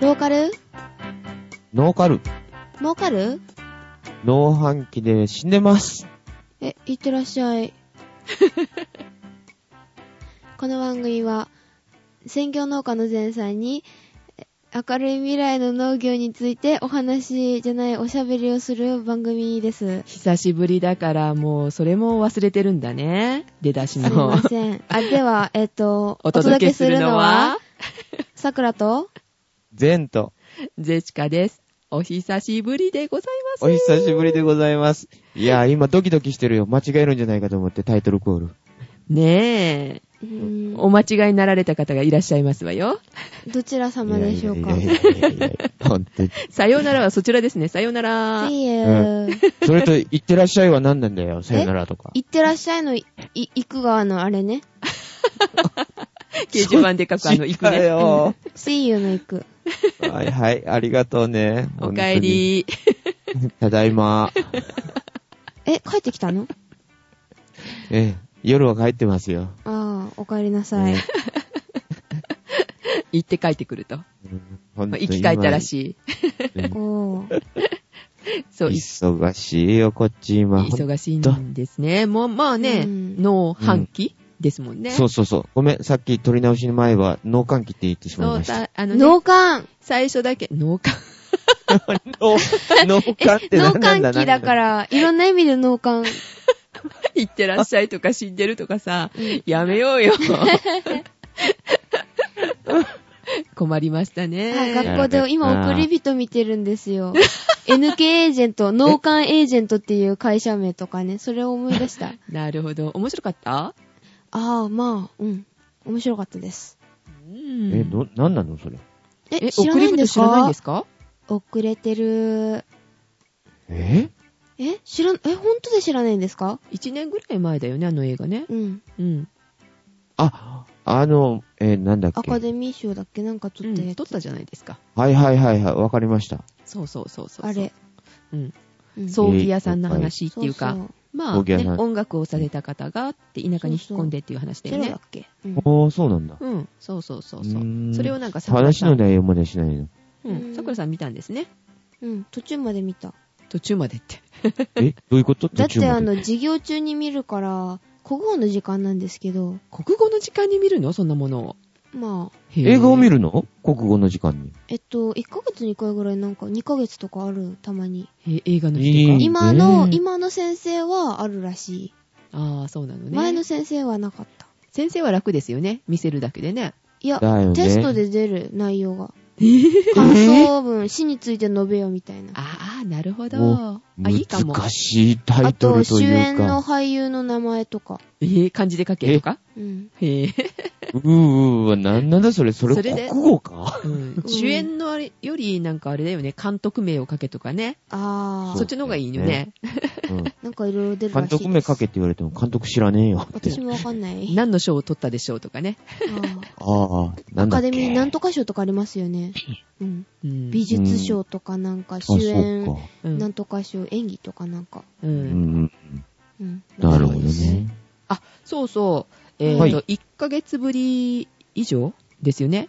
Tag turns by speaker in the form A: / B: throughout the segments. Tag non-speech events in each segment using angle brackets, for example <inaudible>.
A: ローカル
B: ノーカル。
A: 儲かる
B: 農飯器で死んでます。
A: え、いってらっしゃい。この番組は、専業農家の前さんに、え明るい未来の農業についてお話じゃないおしゃべりをする番組です。
C: 久しぶりだから、もう、それも忘れてるんだね。出だし
A: すみ
C: の
A: ま。せん。あ、では、えっと、
C: お届けするのは、
A: さくらと、
B: 前と、
C: ゼチカです。お久しぶりでございま
B: お
C: す。
B: 久しぶりでございます。いやー、今ドキドキしてるよ。間違えるんじゃないかと思ってタイトルコール。
C: ねえ、
A: うーん
C: お間違いになられた方がいらっしゃいますわよ。
A: どちら様でしょうか。
B: い
A: い
B: やいやいやいやいや本当に。
C: さようならはそちらですね。さようなら。
A: え、
B: それと、行ってらっしゃいは何なんだよ。さよならとか。
A: いってらっしゃいの、い、行くがあの、あれね。
C: 掲示板で書くあの、行く
B: 知った
C: ね。
B: よ
A: See you の行く。
B: <laughs> はいはい、ありがとうね。
C: おかえり。
B: 本当に。ただいま。
A: え、帰ってきたの
B: ええ、夜は帰ってますよ。
A: ああ、お帰りなさい。
B: ね
C: 行って帰ってくると。
B: うん本
C: まあ
B: 当
C: 行き帰ったら
B: い。
C: し
B: うん
A: おー。
C: い。そう、い
B: 忙しいよ、こっち今。
C: 忙しいんですね。もう、まあね、
A: うん
C: 脳半期ですもんね。
B: そうそうそう。ごめん、さっき取り直しの前は、脳換気って言ってしま
C: そ
B: いうました。
C: だ、あのね、
A: 脳幹
C: 最初だけ、脳幹。
B: 脳、 <laughs> 脳幹っ
A: <laughs>
B: て
A: 脳
B: 何なんだ。
A: 幹期だからら、いろんな意味で脳幹。
C: <laughs> 行ってらっしゃいとか死んでるとかさ、やめよ
A: <laughs>
C: う <laughs> よ。困りました
A: はい、
C: ね。
A: 学校で今送り人見てるなんですよ。NK エージェント、脳幹エージェントっていう会社名とかね、それを思い出した。
C: なるほど。面白かった
A: ああ、まあ、うん。面白かったです。
C: うん
B: え、ど、何なのそれ。
A: え、
C: え、
A: 知ら
C: 送
A: な
C: り
A: いん
C: 人
A: です
C: 知らないん
A: か
C: ですか
A: 遅れてる。
B: え
A: え知らん、え、本当で知らないんですか
C: 一年ぐらい前だよね、あの映画ね。
A: うん。
C: うん。
B: あ、あの、えーなんだっ
A: ア
B: け。
A: カデミー賞だっけなんか撮
C: う
A: ったや
C: ん
A: つ。
C: 撮ったじゃないですか。
B: はいはいはいはい、わかりました。
C: そうそうそうそう。
A: あれ。
C: うん。
A: うん
C: 葬儀屋さんの話っていう
A: そ
C: か、
A: そ
C: まあ、
B: 葬儀屋
C: ね、
B: さん
C: 音楽をされた方があって、田舎に引っ込んでっていう話だよ
A: ゼロだ
C: ね
A: っ。け、うん
B: おー、そうなんだ。
C: うん、そうそうそう
B: う
C: そ
B: ーん
C: う。それをなんか桜
B: 話
C: さ
B: の
C: ん、
B: 内容までしないの。
C: うん、桜さん見たんですね。
A: うん、途中まで見た。
C: 途中までって。
B: え、どういうこと
A: だっ
B: 途中
A: てあ
B: まで。
A: の、授業中に見るから、国語の時間なんですけど、
C: 国語の時間に見るのそんなものを。
A: まあ、
B: 映画を見
C: る
B: るの国語の時間に。
A: えっと、1ヶ月に1回ぐらいなんか2ヶ月とかある、たまに。
C: 映画の
B: いい
C: 日とか。
A: 今の、
B: うん
A: 今の先生はあるらしい。
C: ああ、そうなのね。
A: 前の先生はなかった。
C: 先生は楽ですよね。見せるだけでね。
A: いや、
B: だよね
A: テストで出る内容が。感想文、死について述べよみたいな。
C: ああ、なるほど。あ、いいかも。
B: 難しいタ
A: あ
B: イト
A: と、
B: ルと
A: 主
B: いう
A: 演の
B: か。
A: 俳優の名前とか。
C: えー、漢字で書けとか
A: うん。
C: へえ。
B: うーうー、なんなんだそれ、それ
C: それで
B: 国語か
C: うん主演のあれより、なんかあれだよね、監督名を書けとかね。
A: あ
C: そ
A: ー
C: っちの方がいいよね。
A: <laughs>
B: うん
A: なんかいろいろ出るらしい
B: 監
A: です。
B: 督名書けって言われても監督知らねえよって
A: 私。もわかんない。
C: 何の賞を取ったでしょうとかね。
A: ああ
B: ああ、な
A: ア
B: ん
A: カ
B: だっけ。
A: デミーなんとか賞とかありますよ
B: <laughs>
A: ね。うん。
C: うん
A: 美術賞とかなんか、
B: あ、
A: 主
B: そう
A: 演、
B: か。
C: う
A: なん
C: ん
A: とか賞、演技とかなんか。
C: う。
B: うんん。
A: うん。
B: なるほどね。
C: あ、そうそう。えっ
B: はい
C: と、1ヶ月ぶり以上ですよね。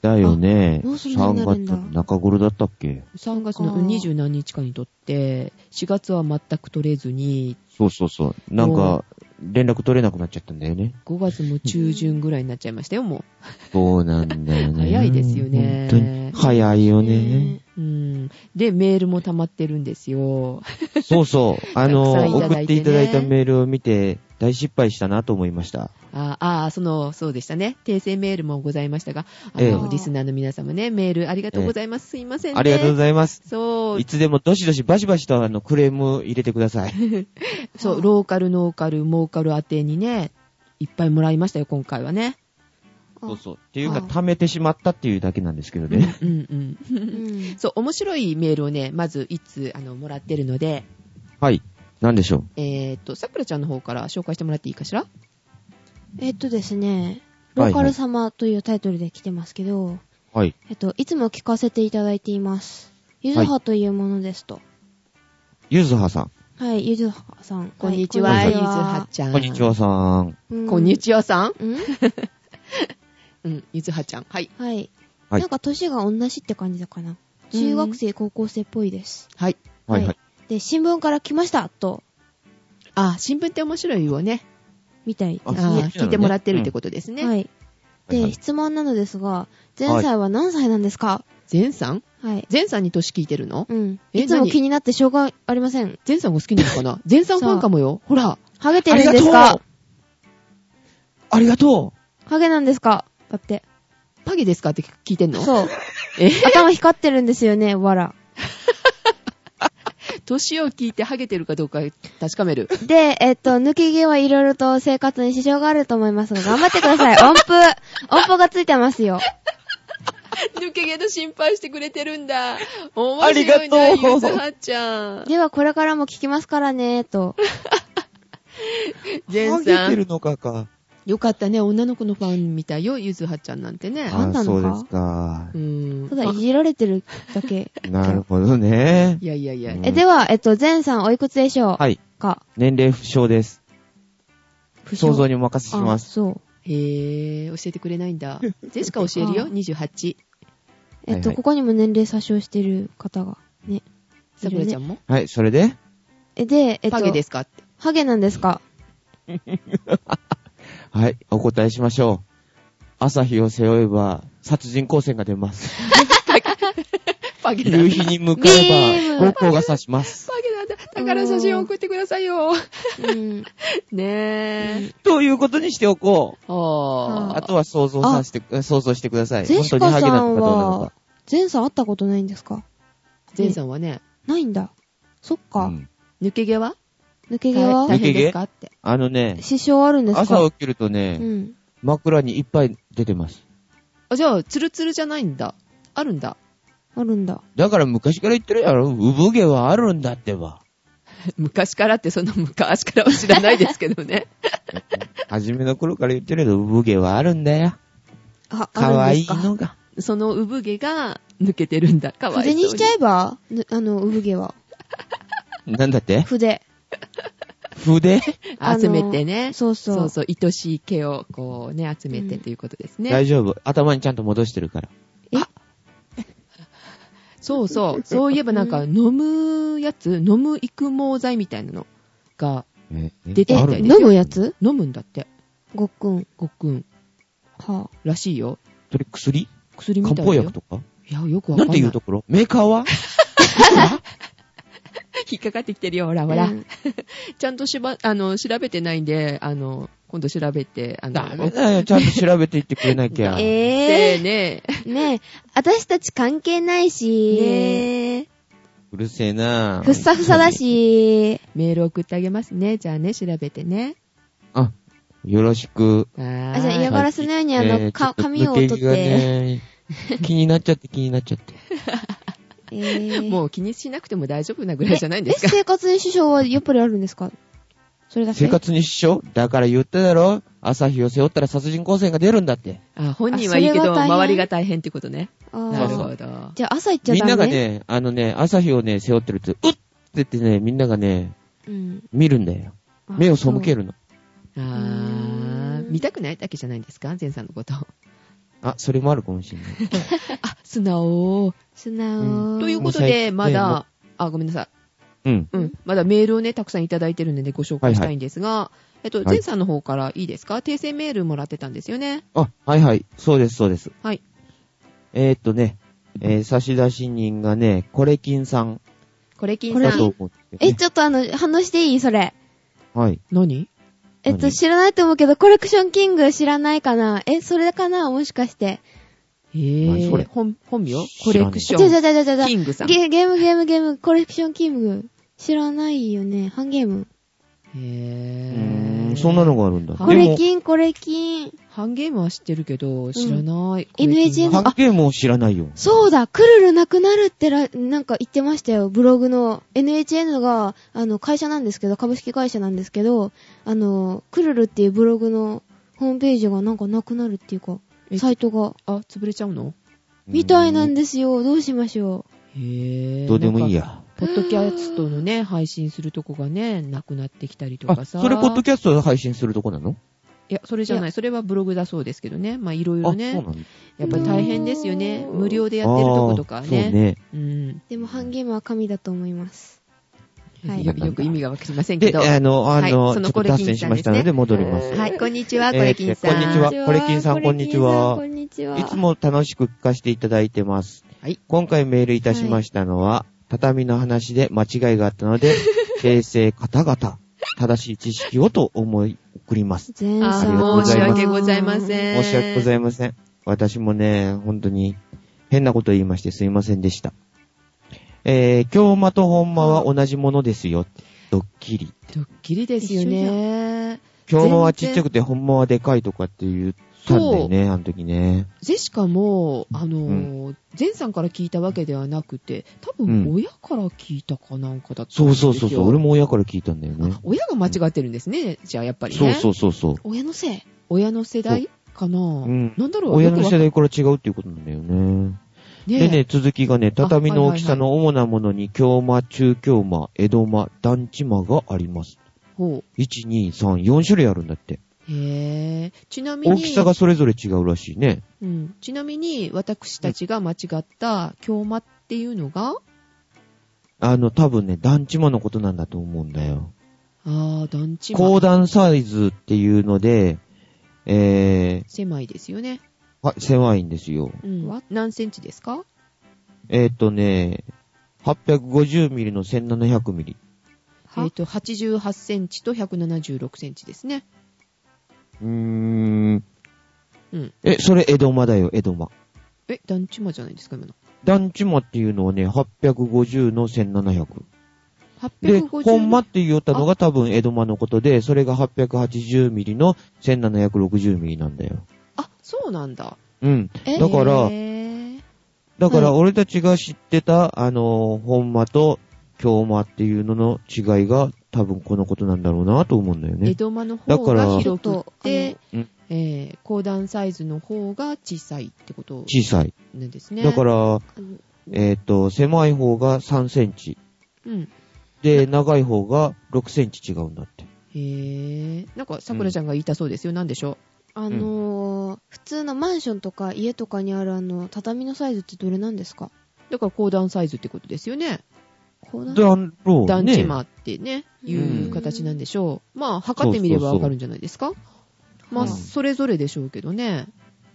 B: だよね。
A: あもうそんなに
B: 3
A: なる
B: 月
A: んだ
B: の中頃だったっけ
C: 3月
A: そっ
C: の
A: か
C: 二十何日かにとって、4月は全く取れずに、
B: そうそうそう。なん
C: も
B: か、連絡取れなくなっちゃったんだよね。
C: 5月も中旬ぐらいになっちゃいましたよ、も
B: そうなんだよね。
C: 早いですよね
B: 本当に。早いよね。
C: う。うん。で、メールも溜まってるんですよ。
B: そうそう。あ
C: た
B: の、
C: くさんいた
B: 送
C: だ
B: って
C: いてね
B: いただいたメールを見て、大失敗したなと思いました。
C: ああ、その、そうでしたね。訂正メールもございましたが、あ
B: え
C: の、
A: え
C: リスナーの皆様ね、メールありがとうございます。すいませんね。
B: ありがとうご
C: い
B: ざいます。
C: ます。そう
B: い、つでもどしどしバシバシとあのクレーム入れてください。
C: そう、ローカル、ノーカル、モーカル宛てにね、いっぱいもらいましたよ、今回はね。
B: そうそう。っていうか、
A: あ
B: 貯めてしまったっていうだけなんですけどね。
C: うんうん。
A: う。うん。
C: そう、面白いメールをね、まずいつ、あの、もらってるので、
B: はい。なんでしょ
C: えー、っと、さくらちゃんの方から紹介してもらっていいかしら
A: えっとですね、ロ
B: はいは
A: ーカ
B: い
A: ル様というタイトルで来てますけど、
B: う。はい。
A: えっと、いつも聞かせていただいています。ゆずはというものですと。
B: ゆずはさん。
A: はい、ゆずはさん。
C: こんにちは、ゆずはちゃん。
B: こんにち。はさん。
A: うん
C: こんにちはさん
A: うん
C: うん、ゆずはちゃん。はい。
A: はい。
B: はい
A: なんか年が同じって感じだかな。中学生、高校生っぽいです。
C: はい。
B: はいはい。
A: で、新聞から来ましたと、
C: あ、新聞って面白いよね。
A: みたい。
C: あ
B: あ
C: ー
B: そうなのね
C: 聞いてもらってるってことですね。
A: は
C: は
A: い。
C: い。
B: はいは
A: で、
B: い
A: 質問なのですが、前歳は何歳なんですか
C: 前さん
A: はい。
C: 前さんに年聞いてるの
A: うん。
C: え
A: いつも
C: 何
A: 気になってしょうがありません。
C: 前さんが好きなのかな前さんファンかもよ。ほら。
A: ハゲて
B: あり
A: るん
B: が
A: です
B: とう
A: か
B: ありがとう
A: ハゲなんですかだって。
C: パゲですかって聞いてんの
B: <laughs>
A: そう。
C: え
A: 頭光ってるんですよね、わら。
C: 年を聞いてハゲてるかどうか確かめる。
A: で、えっと、抜け毛はいろいろと生活に支障があると思いますが、頑張ってください。
B: <laughs>
A: 音符、音符がついてますよ。
C: 抜け毛の心配してくれてるんだ。面
B: ありが
C: 白
B: とう
C: いな、ゆずはちゃん。
A: では、これからも聞きますからね、と。
C: ジェ
B: ハ
C: ン
B: ゲ
C: さ
B: て
C: ん。
B: るのかか。
C: よかったね、女の子のファンみたいよ、ゆずはちゃんなんてね。
A: あ
B: あ
A: なのか
B: そうですか
C: う。
A: ただ、い
C: ん。
A: じられてるだけ。
B: なるほどね
C: い。やいやいや。
A: え、では、えっと、前さんおいくつでしょう
B: はい。
A: か。
B: 年齢不詳です。
A: 不詳
B: 想像にお任せしま
A: あ、
B: す。
A: そう。
C: へー、教えてくれないんだ。ゼシカ教えるよ、
A: あ
C: 28。
A: えっと、
B: はいはい
A: ここにも年齢詐称してる方が。ね。
C: さくらちゃ
A: ん。
C: んも、
B: はい、それで
A: え、で、えっと、
C: パゲですかって。
A: ハゲなんです
B: <laughs>
A: か
B: はい、お答えしましょう。朝日を背負えば、殺人光線が出ます。
C: パゲなん
B: 夕日
C: だ。パ
B: に向かえ
A: ビーム
B: ば、高校が差し
C: <laughs>
B: ます。
C: ゲなんだ。だから写真送ってくださいよ。
A: うん。
C: ねえ。
B: ということにしておこう。
C: あー
B: あとは想像させて、想像してください。
A: ゼ
B: 本
A: シ
B: 当に
A: カ
B: ハゲ
A: さ
B: なの
A: ん
B: かどうなの
A: は
B: か。、
A: 前さん会ったことないんですか
C: ゼンさんはね、
A: ないんだ。そっ
B: う
A: か。
B: ん
C: 抜け毛は
A: 抜け毛
C: 大
A: は
C: 大変ですかって。
B: あのね、
A: 支障あるんですか
B: 朝起きると
A: う
B: ね、
A: ん。
B: 枕にいっぱい出てます。
C: あ、じゃあ、ツルツルじゃないんだ。あるんだ。
A: あるんだ。
B: だから昔から言ってるやろ、産毛はあるんだってば。
C: <laughs> 昔からってその昔からは知らないですけどね。
B: 初めの頃から言ってるけど、産毛はあるんだよ。
A: あ、あ
B: 可
A: るんで
B: 愛い
A: すか。
B: のが。
C: <laughs> その産毛が抜けてるんだ。かわい
A: 筆
C: そう
A: にしちゃえば、ぬあの、産毛は。
B: なんだって
A: 筆。
B: 筆
A: あの
C: 集めてね。
A: そうそう。
C: そうそう、愛しい毛をこうね、集めてということですね。
B: 大丈夫。頭にちゃんと戻してるから。
C: そうそう、そういえばなんか飲むやつ、飲む育毛剤みたいなのが
B: え、
C: 出て
A: え、
C: み
B: あ
C: た
B: る
C: い
B: の
C: です
A: 飲むやつ
C: 飲むんだって。
A: ごっくん。
C: ごっくん
A: は
C: らしいよ。
B: それ薬
C: 薬み
B: 漢
C: たい
B: 方
C: だよ。
B: 薬とか
C: いや、よくわ
B: な
C: か
B: んん
C: な
B: て
C: い。
B: いうところメーカーは
C: 引っかかってきてるよ、ほら
A: ぁ。
C: ほら。
A: うん
C: ちゃんとしば、あの、調べてないんで、あの、今度調べて、あの、
B: ダメだよ。ちゃんと調べていってくれなきゃ。
A: え
C: で
A: ぇ、
C: ね、
A: ー、ねえ、私たち関係ないし、
C: ね
B: うるせえな
A: ふっさふさだ。し、
C: メール送ってあげますね。じゃあね、調べてね。
B: あ、よろしく。
C: あ
A: あ、じゃあ嫌
C: ー
A: がらせのようにあ
B: え
A: の、
B: ーちょっ
A: か
B: と
A: 髪を取っ
B: 抜け毛が
A: て、
B: ね気になっちゃって気になっちゃって。
A: えー
C: もう気にしなくても大丈夫なぐらいじゃないんです
A: え、
C: か。
A: 生活に支障はやっぱりあるんですかそれだけ
B: 生活に支障だから言っただろ朝日を背負ったら殺人光線が出るんだって。
C: あ、本人はいいけ
A: <laughs> あそれは
C: ど、
A: 大変
C: 周りが大変ってことね。
A: あー
C: なるほど。
A: じゃあ朝行っちゃ
B: み
A: ダ
B: ん
A: メ
B: ながね、あのね、朝日をね、背負ってると、うっって言ってね、みんながね、
A: うん。
B: 見るんだよ。
A: あ
B: 目を背けるの。
A: う
C: あー、
A: ん
C: 見たくないだけじゃないんですか前さんのこと。
B: あ、それもあるかも
A: <laughs>
B: しれない。
C: あ、素直。
A: 素直。
C: ということ
B: もう最
C: で、
B: 近
C: ま
B: ねも
C: だ、あ、ごめんなさい。
B: うん。
C: うん。まだメールをね、たくさんいただいてるのでご紹介したいんですが、えっと、
B: い
C: 前さんの方からいいですか、訂正メールもらってたんですよね。
B: あ、はいはい。そうです、そうです。
C: はい。
B: えー、っとね、えー差出人がね、コレキンさん
C: これ金
A: コ
C: さ
A: レ
B: だ
A: キン
B: と
C: ん。
B: 思って、
A: え、ちょっとあの、反応していいそれ。
B: はい。
C: 何
A: えっと、
B: 何
A: 知らないと思うけど、コレクションキング知らないかなえ、それかなもしかして。
C: え
B: 何そ
C: ー
B: れ、
C: 本、本名コ
B: 知ら
C: レ
B: ない
C: クシ
A: ちょちょち
C: ョ
A: ょ
C: ン。
A: ちょちょちょ
C: キングさん。へ
A: ゲゲームゲームゲーム、コレクションキング。知らないよね。ハンゲーム。
B: うー
C: ー
B: ん、そんなのがあるんだ。
C: こ
A: コ
B: で
A: レ
B: も、
A: キン、コレキン。
C: ハンゲームは知ってるけど、知らない。これ
A: NHN の、
B: ハン
A: あ、
B: ゲームを知らないよ。
A: そうだ、クルルなくなるってら、なんか言ってましたよ、ブログの。NHN が、あの、会社なんですけど、株式会社なんですけど、あの、クルルっていうブログのホームページがなんかなくなるっていうか
C: え、
A: サイトが、
C: あ、潰れちゃうの
A: みたいなんですよ。どうしましょ
C: へー
B: どうでもいい
C: なんか
B: や。
C: ポッドキャストのね、配信するとこがね、なくなってきたりと
B: あ
C: か、さ。
B: それポッド
C: キ
B: キャストで配信するとこなの
C: いや、それじゃない。それはブログだそうですけどね。まあ、いろい
B: あ、そ
C: ろ
B: うな
C: ね。
B: の
C: やっぱり大変ですよね。無料でやってるとことか
B: あーそう
C: ね。
B: ね。
C: うん。
A: でも、ハンゲームは神だと思います。はい
C: よよく意味がわかりませんけ
B: で、
C: ど。
B: あの、あの、
C: はい
B: ち
C: そ
B: ょ
C: の
B: っと
C: コレ
B: 脱
C: キン
B: 線しました
C: さ
B: の
C: んで
B: です戻ります。
C: はい、こんにちは、コレキンさん。
B: えーこんにちはコレキンさん
A: コレキン
B: こ
A: んにちはこん
B: い
A: にちは。
B: つも楽しく聞かせていただいてます。
C: はい
B: 今回メールいたしましたのは、畳の話で間違いがあった
C: <laughs>
B: ので、訂正方々、正しい知識をと思い送ります。
A: 前
C: あ
B: りがとう
A: 者
B: ご
C: ー申
B: ざ
C: し
B: います
C: 訳ございません。
B: 申し訳ござ
C: い
B: いません。私もね、本当に変なこと言いましてすいませんでした。えー、京馬と本間は同じものですよ。ドッキリ。
C: ドッキリですよ
A: 一緒じ
C: ね。
B: 京馬はちっちゃくて本間はでかいとかって言ったんだよね、あの時ね。
C: ジェシカも、あのー、前さんから聞いたわけではなくて、多分
B: うん
C: 親から聞いたかなんかだったん
B: そ
C: で
B: う
C: す
B: そ
C: よ。
B: うそうそう、俺も親から聞いたんだよね
C: あ。親が間違ってるんですね。じゃあ、やっぱりね。
B: そうそうそうそう。
A: 親のせい。
C: 親の世代かな、
B: ん
C: なんだろう
B: 親の世
C: よ
B: 代から違うっていうことなんだよね。
C: くわか
B: でね、続きがね、畳の大きさ
C: あ
B: の主なものに、京間、中京間、江戸間、団地間があります。
C: ほ
B: 1、2、3、4種類あるんだって。
C: う。へえ。ちなみに、
B: 大きさがそれぞれ違うらしいね。
C: うん、ちなみに、私たちが間違った京間っていうのが、
B: あの、多分ね、団地間のことなんだと思うんだよ。
C: ああ、団地
B: 高
C: 間
B: 段サイズっていうので、え
C: 狭いですよね。
B: ー、は狭いんですよ。
C: うん。何センチですか
B: えっ、とね、850ミリの1700ミリ。
C: え
A: は
C: っ、と、88センチと176センチですね。
B: うーん。
C: うん
B: え、それ江戸間だよ、江戸間。
C: え、団地間じゃないですか、今の。
B: 団地間っていうのはね、850の1700。で、
C: 850。
B: 本間って言おったのが多分江戸間のことで、それが880ミリの1760ミリなんだよ。
C: あ、そうなんだ。
B: うん。
A: え
B: だから
C: へ、ー
B: だから
A: う
B: 俺たちが知ってた、あのー、本間と京間っていうのの違いが多分このことなんだろうなと思うんだよ
C: 江
B: ね。
C: 戸間の
B: だ
C: 方
B: から
C: が
A: ちょっ
C: 広くっ
A: と、あ
C: て
A: の、
C: えー、高段サイズの方が小さいってこと
B: 小さい。
C: なんですね。
B: だから、
A: あの
B: えっ、と、狭い方が3センチ。
C: うん。
B: で、長い方が6センチ違うんだって。
C: へえ。なんか、さくらちゃんが言いたそうですよ。なんでしょ
A: あのー普通のマンションとか家とかにあるあの、畳のサイズってどれなんですか
C: う。だから、高段サイズってことですよね。
A: こうな
B: だろうね。
C: 団地間ってね、
A: うん
C: いう形なんでしょう。まあ、測ってみればわかるんじゃないですか。まあ、
B: うん
C: それぞれでしょうけどね。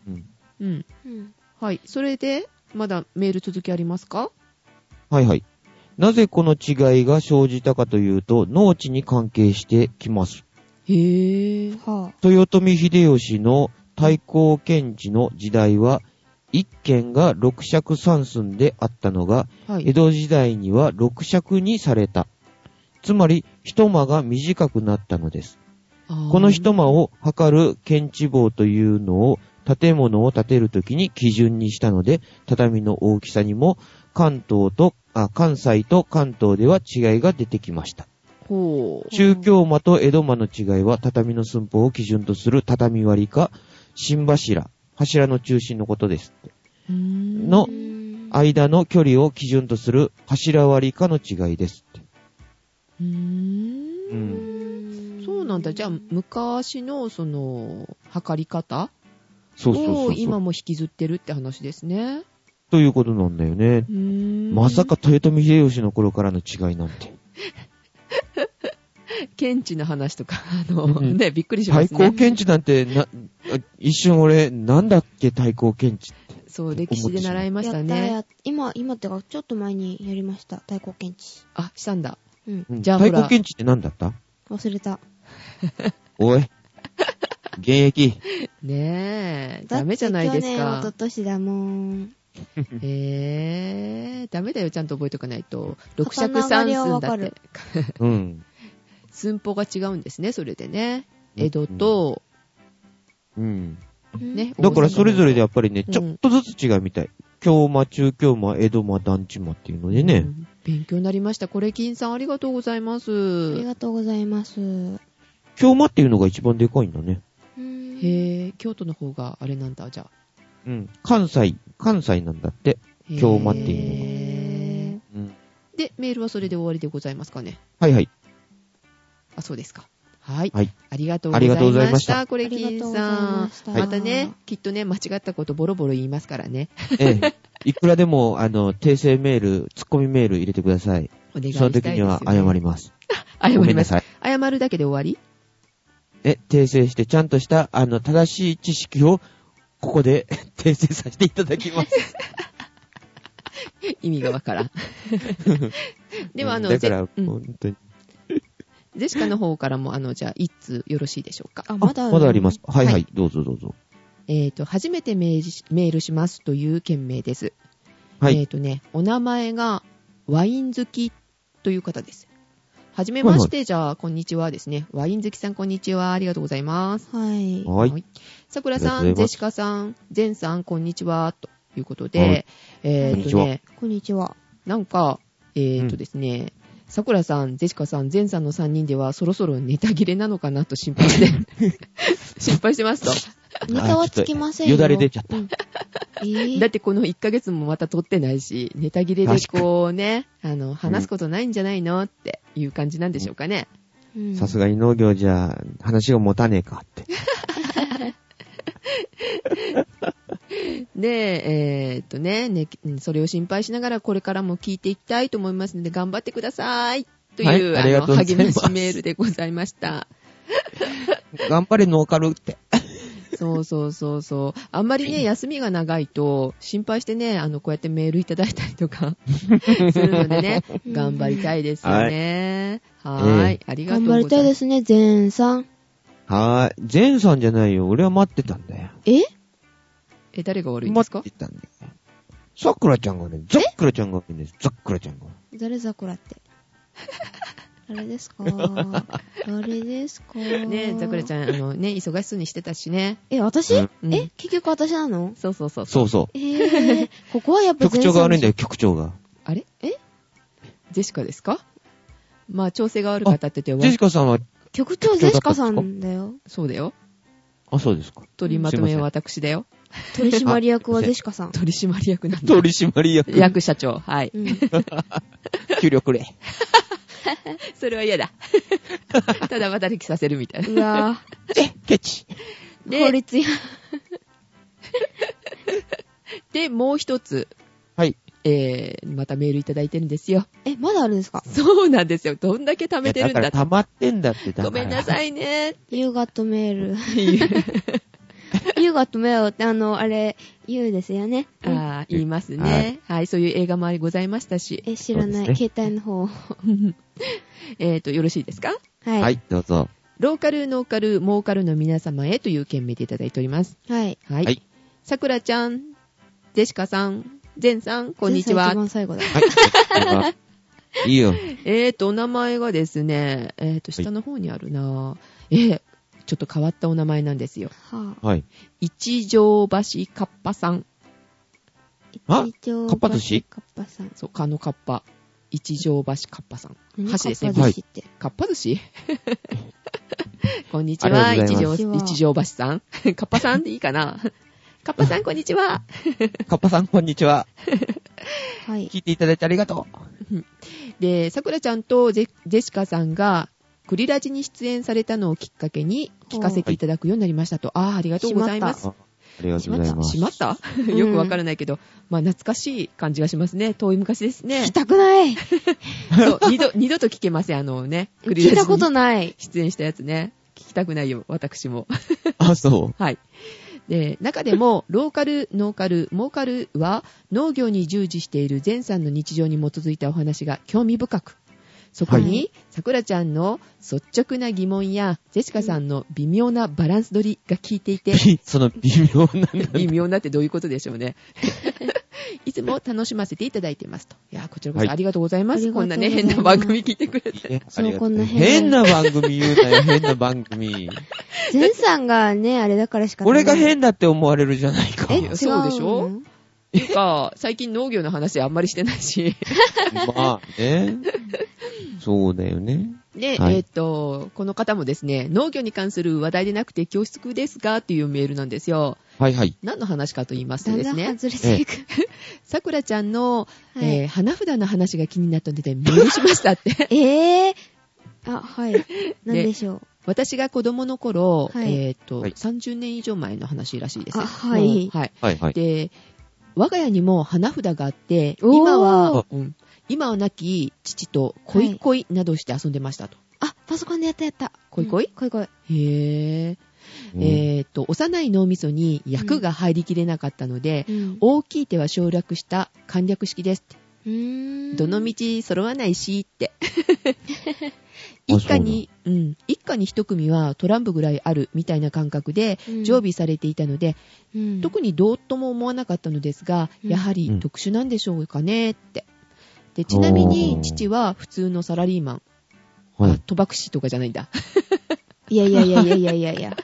B: うん
C: うん。
A: うん。
C: はい。それで、まだメール続きありますか
B: はいはい。なぜこの違いが生じたかというと、農地に関係してきます。
C: へぇ
A: は
B: 豊臣秀吉の太閤検地の時代は、一軒が六尺三寸であったのが、
C: は
B: 江
C: い。
B: 戸時代には六尺にされた。つまり、一間が短くなったのです。こ
C: こ
B: の一間を測る検地棒というのを建物を建てるときに基準にしたので、畳の大きさにも関東と、あ、関西と関東では違いが出てきました。
C: ほう。
B: 中京間と江戸間の違いは畳の寸法を基準とする畳割りか、新柱、柱の中心のことですって。の
C: の
A: うーん
B: 間の距離を基準とする柱割りかの違いですって。
C: うーん
B: う。ん。
C: そうなんだ。じゃあ、昔の、その、測り方
B: そうそうそ
C: を
B: うそ
C: 今
B: う。
C: も引きずってるって話ですね。
B: ということなんだよね。
C: うーん
B: まさ。か豊臣秀吉の頃からの違いなんて。
C: 検知の話とか、あの、
B: うん
C: ね、びっくりしま
B: 対
C: すね
B: 抗。検知なんてな、一瞬俺、なんだっけ対抗検知って。
C: そう、歴史で習いました
A: やった
C: ね。
A: や今、今ってか、ちょっと前にやりました。太鼓検知。
C: あ、したんだ。
A: うん。
B: うん
C: じゃあ
B: 対
C: ほら
B: 抗検知ってなんだった
A: 忘れた。
B: お
C: <laughs>
B: い。現役。
A: だ
C: ねえ、
A: って
C: ダメじゃないです
A: 去年、一
C: か
A: 昨。年だもん。
C: えー、ダメだよ、ちゃんと覚えとかないと。六尺
A: 刀
C: 三
A: 狩りは
C: 寸
A: わ
C: だ
A: か
C: っ
A: る
C: て。
B: うん。
C: 寸法が違うんですね、それでね。
B: うん
C: 江戸と、
B: うん。
C: ね、
B: だからそれぞれでや
C: っ
B: っぱりね、
C: うん
B: ちょっとずつ違うみたい。京間、中京間、江戸間、団地間っていうのでね。
C: 勉強になりました。これ、金さん、ありがとうございま
A: あり
C: す。
A: がとうございます。う
B: 京間っていうのが一番でかいんだね。
A: ーん
C: へー、京都の方があれなんだ、じゃあ。
B: うん。関西、関西なんだって。
C: へー
B: 京間っていう
A: の
B: うん。
C: <laughs> で、メールはそれで終わりでございますかね。
B: はいはい。
C: あ、そうですか。はい。
B: はい。
C: ありがとう
B: ありがとうご
C: ござ
B: ざい
C: いま
B: ま
C: し。
B: したた
C: これ、
A: ありが
C: キ
A: とう
C: ン
A: ござい
C: さ
A: ま
C: ん。
A: した
C: またね、きっとね、間違ったことボロボロ言いますからね。
B: ええ。いくらでも、あの、訂正メール、ツッコミメール入れてください。
C: お願いし
B: そ
C: たい
B: の
C: です
B: 時
C: よね、
B: には謝ります。
C: <laughs> 謝
B: ごめ
C: り
B: ん
C: ま
B: な
C: す。
B: さい。
C: 謝るだけで終わ
B: え、訂正して、ちゃんとした、あの、正しい知識を、ここで <laughs> 訂正させていただきます。
C: り <laughs> 意味が
B: <laughs>
C: わからん。では、あの、
B: だから、
C: ジェうん
B: 本当に。
C: ジェシカの方からも、あの、じゃあ、一通よろしいでしょうか。
A: あ、
B: あ
A: まだ、
B: まだあります。。はい
C: は
B: はいい、どうぞどうぞ。
C: えっ、と、初めてメールしメールしますという件名です。
B: は
C: えっ、
B: い。
C: とね、お名前がワイン好きという方です。はじめまして、じゃあ、こんにちはですね。ワイン好きさん、こんにちは。ありがとうございます。
A: はい。
B: はい。
C: さくらさ
B: あり
C: ん、
B: がとうござい
C: ジェ
B: ます
C: シカさん、ゼンさん、こんにちは。ということ
B: は
C: で、えっ、と
B: こんに
C: ね、
A: こんにちは。
C: なんか、えっ、とですね、さくらさん、ジェシカさん、ゼンさんの3人ではそろそろネタ切れなのかなと心
B: <laughs>
C: 配して、心配してますと。
A: ネタはつきませんよ。
B: よだれ出ちゃった
A: うん。えー
C: だってこの1ヶ月もまた撮ってないし、ネタ切れでこうね、あの、話すことないんじゃないのっていう感じなんでしょうかね。
A: うん
B: さすがに農業じゃ、話が持たねえかって。 <laughs>
C: で、えーっとねね、それを心配しながらこれからも聞いていきたいと思いますので、頑張ってください。という、
B: はいありが
C: あ
B: とう
C: の、
B: ござい
C: 励ま
B: ます
C: しメールでございました。
B: 頑張れ、ノーカルって。
C: そうそうそうそう。あんまりね、休みが長いと、心配してね、あの、こうやってメールいただいたりとか、するのでね、頑張りたいですよね。はーい。
B: はい
C: ありがと
A: 頑
C: うござ
A: 張
C: い
A: り
C: ます。
A: たいですね、全さん。
B: はーい。ジェンさんじゃないよ。俺は待ってたんだよ。
A: え
C: え、誰が悪いんです
B: 待
C: か
B: ってたんだよ。さくらちゃんがね、ざっくらちゃんがいいんです。ざっくらちゃんが。
A: 誰桜 <laughs> って。誰です <laughs> か誰ですか
C: ねえ、ザクラち
A: ゃん。
C: ゃん、あのね、忙しそうにしてたしね。
A: え、私、
C: うん
A: え、結局私なの
C: そうそうそう。
B: そうそ
A: え <laughs> ー、ここはやっ
B: う。
A: ぱ
B: 局長が悪いんだ
A: よ。
B: よ、局長が。
C: あれ
A: え
C: ジェシカですかまあ、調整が悪かったって言っ
B: ジェ
C: て
B: シ、カさんは、
A: 局長ゼシカさんだよ。
C: そうだよ。
B: あ、そうですか。
C: 取りまと
B: す
C: め
B: いません
C: は私だよ。
A: <laughs> 取締役はゼシカさん。
C: 取締役なんだ。
B: 取締役、
C: 役社長。はい。
A: <laughs> うん。
B: 給料くれ。
C: それは嫌だ。 <laughs> ただ働きさせるみたいな。
A: うわ
C: <laughs>
B: え、ケチ。
A: ぁ。法
C: で、
A: 律や。
C: で、もう一つ、
B: はい。
C: えー、またメールいただいてるんですよ。 <laughs>
A: え、まだあるんですか
C: そうなんですよ。どんだけ貯めてる
B: い
C: ん
B: や
C: だ
B: だ
C: って
B: から溜まってんだって、だから。
C: ごめんないさいね。
A: 夕方メール。 <laughs> 夕方メールってあの、あれ、言うですよね。うん
C: ああ、言いますね、はい。そういう映画もありございましたし。 <laughs>
A: え、知らない。
B: そうです
A: 携帯の方。
C: えっ、と、よろしいですか
A: はい。
B: はい、どうぞ。
C: ローカル、ノーカル、モーカルの皆様へという件名でいただいております。
A: はい。
C: はい。
B: はい
C: さくらちゃん、ジェシカさん、ゼンさん、こんにち
A: 一
C: は。
A: 番最後だ。
B: はい。いいよ。
C: えーと、お名前がですね、えーと、下の方にあるな、えー、ちょっと変わったお名前なんですよ。
A: はぁ。
B: はい。
C: 一条橋カッパさん。
B: あ
A: 一応
B: かっぱ寿司
A: かっぱさん。
C: そう、かのカッパ。一条橋カッパさん。箸ですね
A: 何かっぱ寿司って。
C: カッパ寿司 <laughs> こんにち
B: あ
C: は、
B: りが
C: 一
B: と
A: ご
B: う
C: 条、
A: ざいます
C: 一条橋さん。カッパさんでいいかなカッパさん、こんにちは。
B: カッパさん、こんにちは。
A: はい。
B: 聞いていただいてありがとう。
C: で、さくらちゃんとジェジェシカさんが、クリラジに出演されたのをきっかけに聞かせていただくようになりましたと。ああ、ありがとうございます。
B: ありがと
C: し
B: う
C: ま
B: ご
C: っ
B: ざい
C: た
B: ます。
C: しまったよくわからないけど、まあ懐かしい感じがしますね。遠い昔です
A: 聞
C: ね
A: き。たくない
C: そう、二度、二度と聞けません。あのね、クリ
A: 聞
C: ラ
A: い
C: ジ
A: たこと
C: に
A: ない。
C: 出演したやつね。聞きたくないよ、私も。
B: あ、そう。
C: はい。で、中でも、ローカル、ノーカル、モーカルは、農業に従事している前さんの日常に基づいたお話が興味深く、そこ
A: は
C: に
A: い、
C: さくらちゃんの率直な疑問や、ジェシカさんの微妙なバランス取りが効いて
A: <laughs>
C: いて、
B: びその微妙な。
C: 微妙なってどういうことでしょうね。 <laughs> いつも楽しませていただいてますと。いやー、こちらこそありがとうございます。
A: はい
C: こんなね、
A: あり
C: 変
A: が
C: な
A: とうございま
C: 番
A: す
C: 組聞いてくれて。
A: そう
B: ありがと
A: こんな変
B: 変
A: な
B: な番組言うなよ、変な番組。
A: ゼンさんがね、あれだからしかない。
B: 俺が変だって思われるじゃないか。
A: え、
C: い
A: 違
C: や
A: う
C: そうでしょ
A: の
C: ていうか、最近農業の話あんまりしてないし。
B: まあね。そうだよね。
C: で、
B: はい
C: えっ、と、この方もですね、農業に関する話題でなくて恐縮ですが、というメールなんですよ。
B: はいはい。
C: 何の話かと言います
A: だん
C: とで
A: だ
C: す
A: ん
C: ね、
A: 外れていく。
C: さくらちゃんの、
A: はい
C: えー花札
A: <laughs>
C: の話が気になったので、メールしましたって。 <laughs>
A: えぇ、ー、あ、はい。なんでしょう。
C: 私が子供の頃、
A: はい
C: えーっと、
B: はい
C: 30年以上前の話らしいです。
A: あはい
C: もうはい。
B: はいはい。
C: で、我が家にも花札があって、
A: おー
C: 今
B: あ
C: は、うん今は亡き父と恋恋などして遊んでましたと。
A: あ、パソコンでやったやった。
C: こいこい
A: うんこいこい。
C: へぇ
B: う
C: ー。
B: ん
C: えーっと、幼い脳みそに役が入りきれなかったので、
A: うん
C: 大きい手は省略した簡略式ですって。
A: うーん
C: どの道揃わないしって。
A: <laughs>
B: あ
C: 一家に、うん、一家に一組はトランプぐらいあるみたいな感覚で
A: うん
C: 常備されていたので、
A: うん
C: 特にどうとも思わなかったのですが、
A: うん
C: やは
B: う
C: り
B: ん
C: 特殊なんでしょうかねって。で、ちなみ
B: おー
C: に父は普通のサラリーマン。
B: は
C: あ
B: い。
C: 賭博士とかじゃないんだ。
A: いやいやいやいやいやいやいや。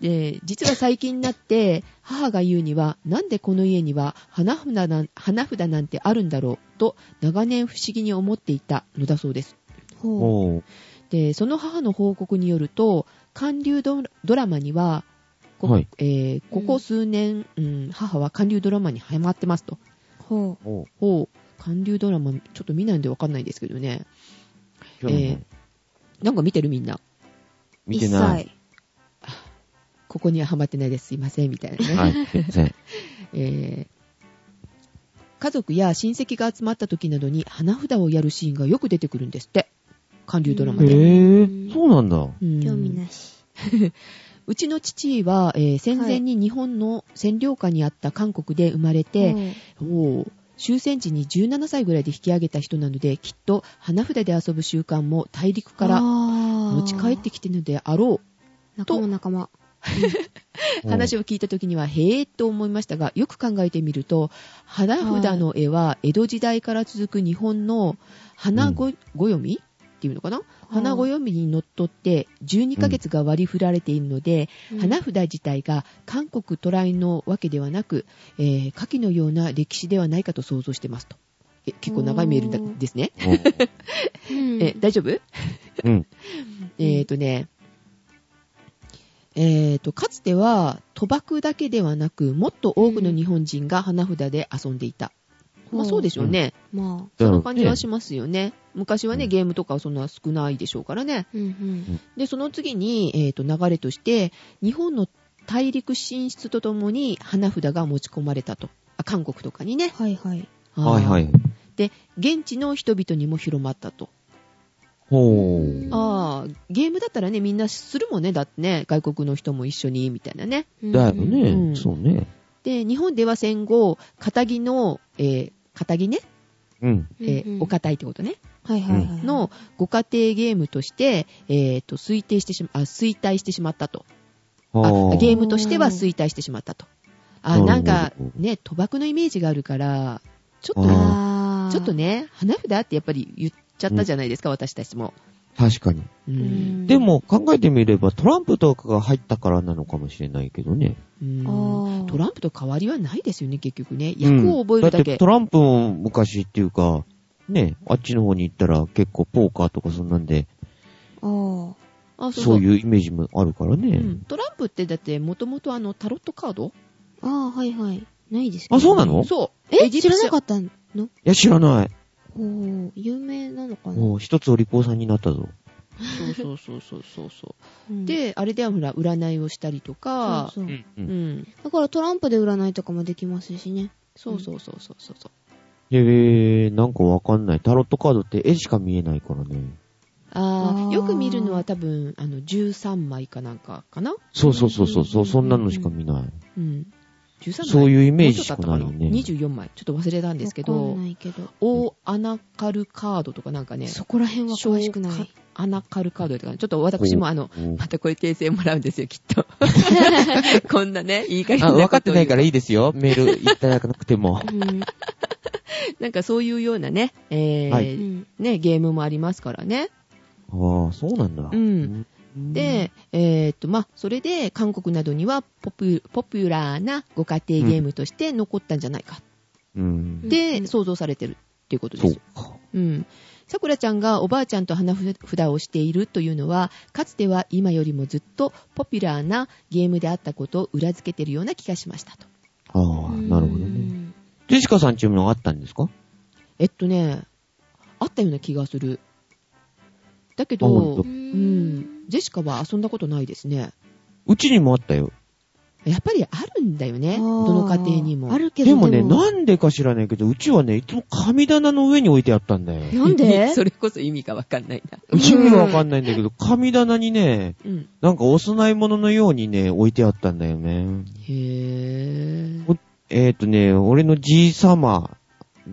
C: で、実は最近になって、母が言うには、なんでこの家には花札なん花札なんてあるんだろうと、長年不思議に思っていたのだそうです。
A: <laughs> ほう。
B: おー
C: で、その母の報告によると、韓流ドラドラマには、こ,、
B: はい
C: えーここ数年、うん母は韓流ドラマにハマってますと。
A: ほう。
B: おー
C: ほう、韓流ドラマ、ちょっと見ないんでわかんないんですけどね。
B: 興味ない
C: えーなんか見てるみんな。
B: 見てない。
C: ここにはハマってないです。すいません、みたいなね。 <laughs>
B: はい。全然。
C: えー家族や親戚が集まった時などに花札をやるシーンがよく出てくるんですって。韓流ドラ
B: へ
C: マで。
B: ぇそうなんだ。
C: うん
A: 興味なし。
C: うちの父は、えー戦前に日本の占領下にあった韓国で生まれて、
A: ほう
C: おー終戦時に17歳ぐらいで引き上げた人なので、きっと花札で遊ぶ習慣も大陸から持
A: 持
C: ち帰ってきてるのであろう。
A: 仲間仲間。
C: 話を聞いた時には、へえと思いましたが、よく考えてみると、花札の絵は江戸時代から続く日本の花ご,、ご読みっていうのかな花ご読みにのっとって12ヶ月が割り振られているので、
A: うん
C: 花札自体が韓国渡来のわけではなく、えー下記のような歴史ではないかと想像してますと。え結構長いメールだ
A: おー
C: ですね。
B: おー
A: うん
C: え、大丈夫
B: うん。
C: えー、とね、えー、と、かつては賭博だけではなく、もっと多くの日本人が花札で遊んでいた。まあそうでしょうね。
A: まあ。
B: そ
C: そんな感じはしますよね。昔はね、ゲームとかはそんな少ないでしょうからね。
A: うんうん。
C: で、その次に、えー、と、流れとして、日本の大陸進出とともに花札が持ち込まれたと。あ韓国とかにね。
A: はいはい。
B: はいは
C: あー
B: い。
C: で、現地の人々にも広まったと。
B: ほー。
C: ああ、ゲームだったらね、みんなするもんね。だってね、外国の人も一緒に、みたいなね。
B: だよ
C: う
B: ね。
C: ん
B: そうね。
C: で、日本では戦後、仇の、えー、仇ね、
B: うん。
A: う
C: え
A: ん。
C: ー
A: うんうん
C: お堅いってことね、
A: はいはいはい。
C: の、ご家庭ゲームとして、えー、と、推定してしま、あ、衰退してしまったと。あ
B: は、
C: ゲームとしては衰退してしまったと。
B: なる
C: あ、
B: ほど
C: なんか、ね、賭博のイメージがあるから、ちょっと
B: あー
C: ね、
A: あー
C: ちょっと。ね、花札ってやっぱり言っちゃったじゃないですか、私たちも。
B: 確かに。
C: う。
A: うんん
B: で、も考えてみればトランプとかが入ったからなのかもしれないけどね。
C: うん
A: あー
C: トランプと変わりはないですよね、結局ね。役を覚える
B: うん
C: だ
B: って
C: け。
B: トランプも昔っていうか、ね、あっちの方に行ったら結構ポーカーとかそんなんで、
A: あー
C: あそう
B: そ
C: そう
B: ういうイメージもあるからね。
C: うんトランプってだって、もともとあの、タロットカード
A: あー、はいはい。ないです
B: あ、そうなのい
C: そう。
A: え、知らなか
C: っ
A: ったの
B: や、知らない。
A: ほう、有名なのかな
B: もう一つお利口さんになったぞ。。
C: た。そうそうそうそうそうそ
A: うん
C: う。で、あれではほら、占いをしたりと
A: そう
C: か、
A: そううん
C: うん。
A: だからトランプで占いとかもできますしね。
C: そうそうそうそうそうそう。
B: へえー、なんかわかんない。タロットカードって絵しか見えないからね。
A: あ
C: あ
A: ー
C: あ、よく見るのは多分、あの、13枚かなんかかな
B: そうそうそうそ
A: うんうん
B: う、
A: うんうん
B: そんなのしか見ない。
C: うん。13枚。
B: そう
C: う
B: いうイ
C: イ
B: メージしかないよね。
C: 24枚。ちょっと忘れたんですけ
A: わ
C: ど
A: かん、ないけど。
C: 大アナカルカードとかなんかね、
A: そこら辺は詳しくない。
C: アナカルカードとか、ちょっと私もあの、
B: うん
C: またこれ訂正もらうんですよ、きっと。こんなね、いい加減な
B: あ、
C: ことを言う
B: わかってないからいいですよ。メールいただかなくて <laughs> も。
A: うん。
C: なんかそういうようなね、えー
B: は
A: う
B: い
A: ん。
C: ね、ゲームもありますからね。
B: ああ、そうなんだ。
C: うんで、えーっと、まあ、それで韓国などにはポピュポピュラーなご家庭ゲームとして残ったんじゃないか
B: うん
A: う
C: っ
A: ん
C: て想像されてるっていうことで
B: そう
C: す。
B: か。
C: うん。さくらちゃんがおばあちゃんと花札をしているというのは、かつては今よりもずっとポピュラーなゲームであったことを裏付けてるような気がしましたと。
B: ああ、なるほどね。ジェシカさんちもあったんですか
C: えっとね、あったような気がする。だけ
B: あ本
C: ど
A: う、
B: 当
A: ん。
C: ジェシカは遊んだことないですね。
B: うちにもあったよ。
C: やっぱりあるんだよね。
A: あー
C: どの家庭にも。
A: あるけど。
B: でもね、なんでか知らないけど、うちはね、いつも神棚の上に置いてあったんだよ。
A: なんで
C: <laughs> それこそ意味がわかんないな。
A: うん
B: 意味わかんないんだけど、神棚にね、
C: うん。
B: なんかお供え物のようにね、置いてあったんだよね。
C: へぇー。
B: えっ、とね、俺のじいさま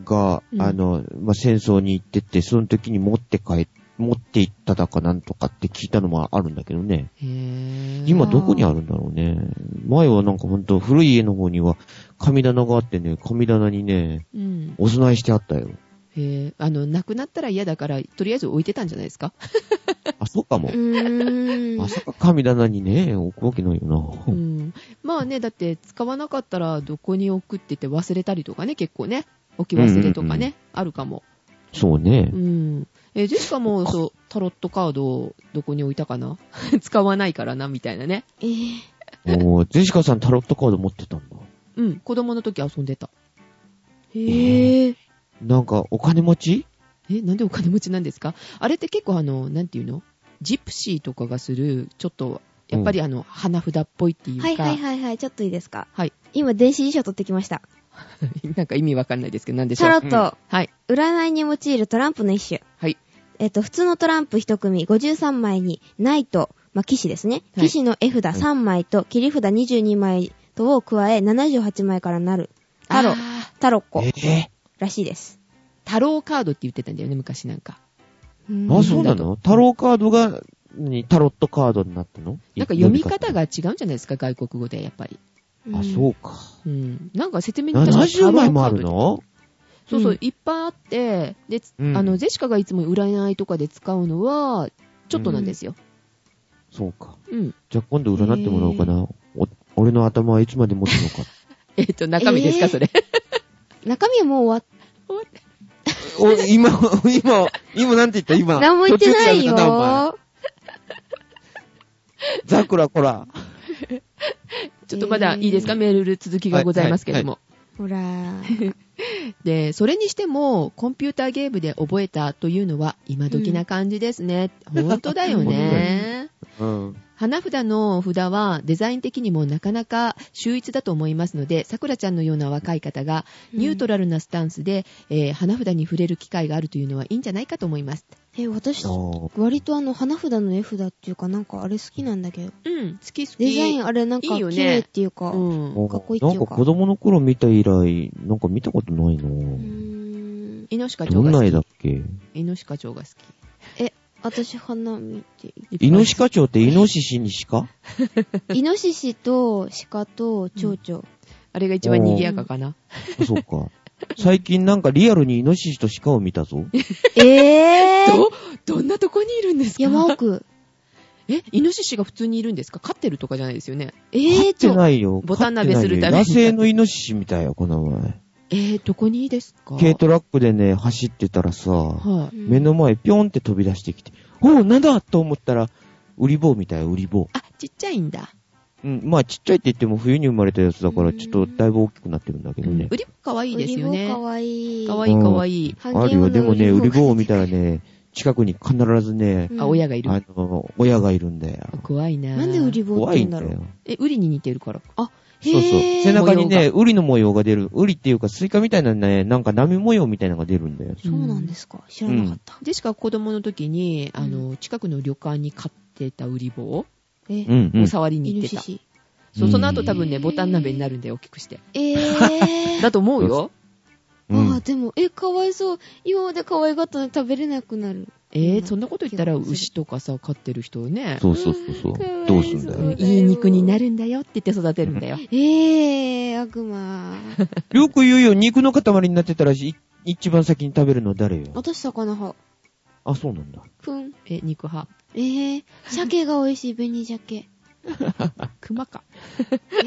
B: が、
C: うん
B: あの、まあ、戦争に行ってて、その時に持って帰っ持って行っただかなんとかって聞いたのもあるんだけどね。
C: へぇー。
B: 今どこにあるんだろうね。前はなんかほんと古い家の方には神棚があってね、神棚にね、
C: うん。
B: お供えしてあったよ。
C: へぇー。あの、亡くなったら嫌だから、とりあえず置いてたんじゃないですか。
B: あ、そうかも
A: う。ーん。
B: まさか神棚にね、置くわけないよ
C: う
B: な。
C: ん。まあね、だって、使わなかったら、どこに置くって言って忘れたりとかね、結構ね。置き忘れと
B: う
C: かね、
B: んうんう
C: あるかも。
B: そうね
C: う。ん。え、ジェシカも、そう、タロットカードをどこに置いたかな <laughs> 使わないからな、みたいなね。
A: えー
B: おージェシカさんタロットカード持ってたんだ。
C: うん、子供の時遊んでた。
A: へえ。
B: なんかお金持ち
C: え、なんでお金持ちなんですかあれって結構あの、なんていうのジプシーとかがする、ちょっと、やっぱりあの、花札っぽいっていうか、
A: はいはいはいはい、ちょっといいですか。
C: はい。
A: 今、電子辞書取ってきました。
C: <laughs> なんか意味わかんないですけど、なんでしょ
A: タロ
C: う。
A: ット、
C: はい、
A: 占いに用いるトランプの一種。
C: はい。
A: えっと、普通のトランプ1組53枚に、ナイト、まあ、騎士ですね。
C: はい
A: 騎士の絵札3枚と、切り札22枚とを加え、78枚からなる。タロ
C: あ、ー
A: タロッコ
B: えー
A: らしいです。
C: タローカードって言ってたんだよね、昔なんか。
A: うん
B: あ、そうなのタローカードが、にタロットカードになったの
C: なんか読み方。が違うんじゃないですか、外国語で、やっぱり。
A: うん、
B: あ、そうか。
C: うん。なんか説明に
B: 70枚もある
C: タローカード
B: の
C: そうそううんいっぱいあって、で、
B: うん
C: あの、ジェシカがいつも占いとかで使うのは、ちょっとなんですよ。
B: そうか。
C: うん。
B: じゃあ今度占ってもらおうかな。お俺の頭はいつまで持つのか。
C: えっ、と、中身ですか、
A: えー
C: それ。 <laughs>
A: 中身はもう終わっ
B: お、今、今、今なんて言った今。
A: 何も言ってないよ
B: 途中でやめたなお前ザクラ、こら。
C: ちょっとまだいいですか、メール続きがございますけれども。
A: ほら。
C: で、それにしても、コンピューターゲームで覚えたというのは、今時な感じですね。
B: うん
C: <laughs> 本当だよね。
B: うん。
C: 花札の札はデザイン的にもなかなか秀逸だと思いますので、さくらちゃんのような若い方が
A: うん
C: ニュートラルなスタンスで、えー花札に触れる機会があるというのはいいんじゃないかと思います。
A: え、私
B: あ、ー
A: 割とあの、花札の絵札っていうか、なんかあれ好きなんだけど。
C: うん、好き好き。
A: デザインあれなんか
C: いいよね
A: 綺麗っていうか。
C: うん。
A: かっこいいっていうか
B: なんか子供の頃見た以来、なんか見たことないな
A: うーん
C: イノシカ
B: ど
C: 蝶
B: ん
C: が
B: な絵
C: 好
B: だっけ
C: き。イノシカ蝶が好
A: え、私花見て。
C: き。
B: イノシカ蝶ってイノシシに鹿
A: イノシシと鹿と蝶々。
C: あれが一番賑やかかな。
B: あそうか。最近なんかリアルにイノシシと鹿を見たぞ。
A: えぇー
C: <laughs> ど、どんなとこにいるんですか
A: 山奥。
C: え、イノシシが普通にいるんですか飼ってるとかじゃないですよね。
A: え
B: 飼っ
A: ぇー
B: て
A: と。
B: ないよ。
C: ボタン鍋するために
B: 飼ってないよ野生のイノシシみたいよ、この前。
C: えー、どこにですか
B: 軽トラックでね、走ってたらさ、
C: は
A: う
C: い。
A: ん
B: 目の前ピョンって飛び出してきて、おう、なんだと思ったら、ウリ坊みたいよ、ウリ坊。
C: あ、ちっちゃいんだ。
B: うん、まあちっちゃいって言っても冬に生まれたやつだか
A: う
B: ら、
A: ん
B: ちょっとだいぶ大きくなってるんだけど
C: うん
B: ね。
C: ウリもかわいいですよね。
A: かわいい。
C: かわいいかわいい。
A: 半
B: ある
A: 減
B: よ、
A: 後
B: でも
A: の
B: ね、ウリ
A: リ
B: 坊を
A: ボ
B: 見たらね、近くに必ずね、
A: うん
C: あ、親がいる。
B: あの、親がいるんだよ。
C: 怖いなぁ
A: なんでウリボっ
B: 怖
A: て言うん
B: いん
A: だ
B: だ
A: ろう
B: よ。。
C: え、ウリに似てるからか。あ、
A: へ
B: そうそう。
A: ぇ
B: 背
A: ー。
B: 中にね、ウリの模様が出る。ウリっていうか、スイカみたいなね、なんか波模様みたいなのが出るんだよ。
A: そうなんですか。知らなかった。
C: ジェシカは子供の時に、あの、近くの旅館に飼ってたウリボを
A: え
B: う、んうん。
C: 触りに
A: イ
C: 行
A: ノ
C: って
A: シ
C: た。
A: シ。
C: そうその後多分
A: へ
C: ね、
A: ー
C: ボタン鍋になるんだよ、大きくして。
A: えぇ
C: <laughs> だ
A: ー。
C: と思うよ。
B: うん
A: ああ、でも、え、かわいそう。今までかわいかったのに食べれなくなる。
C: えー、そんなこと言ったら牛とかさ、飼ってる人ね。
B: そうそうそうそう
A: かわい。
B: どうすんだ
A: そう
B: よ。
C: いい肉になるんだよって言って育てるんだよ。
A: えぇー、悪魔。
B: よく言うよ、肉の塊になってたらし、い一番先に食べるのは誰よ。
A: 私、魚派。
B: あ、そうなんだ。
A: ふん。
C: え、肉派。
A: えぇー、鮭が美味しい、紅鮭。
C: 熊か。
A: え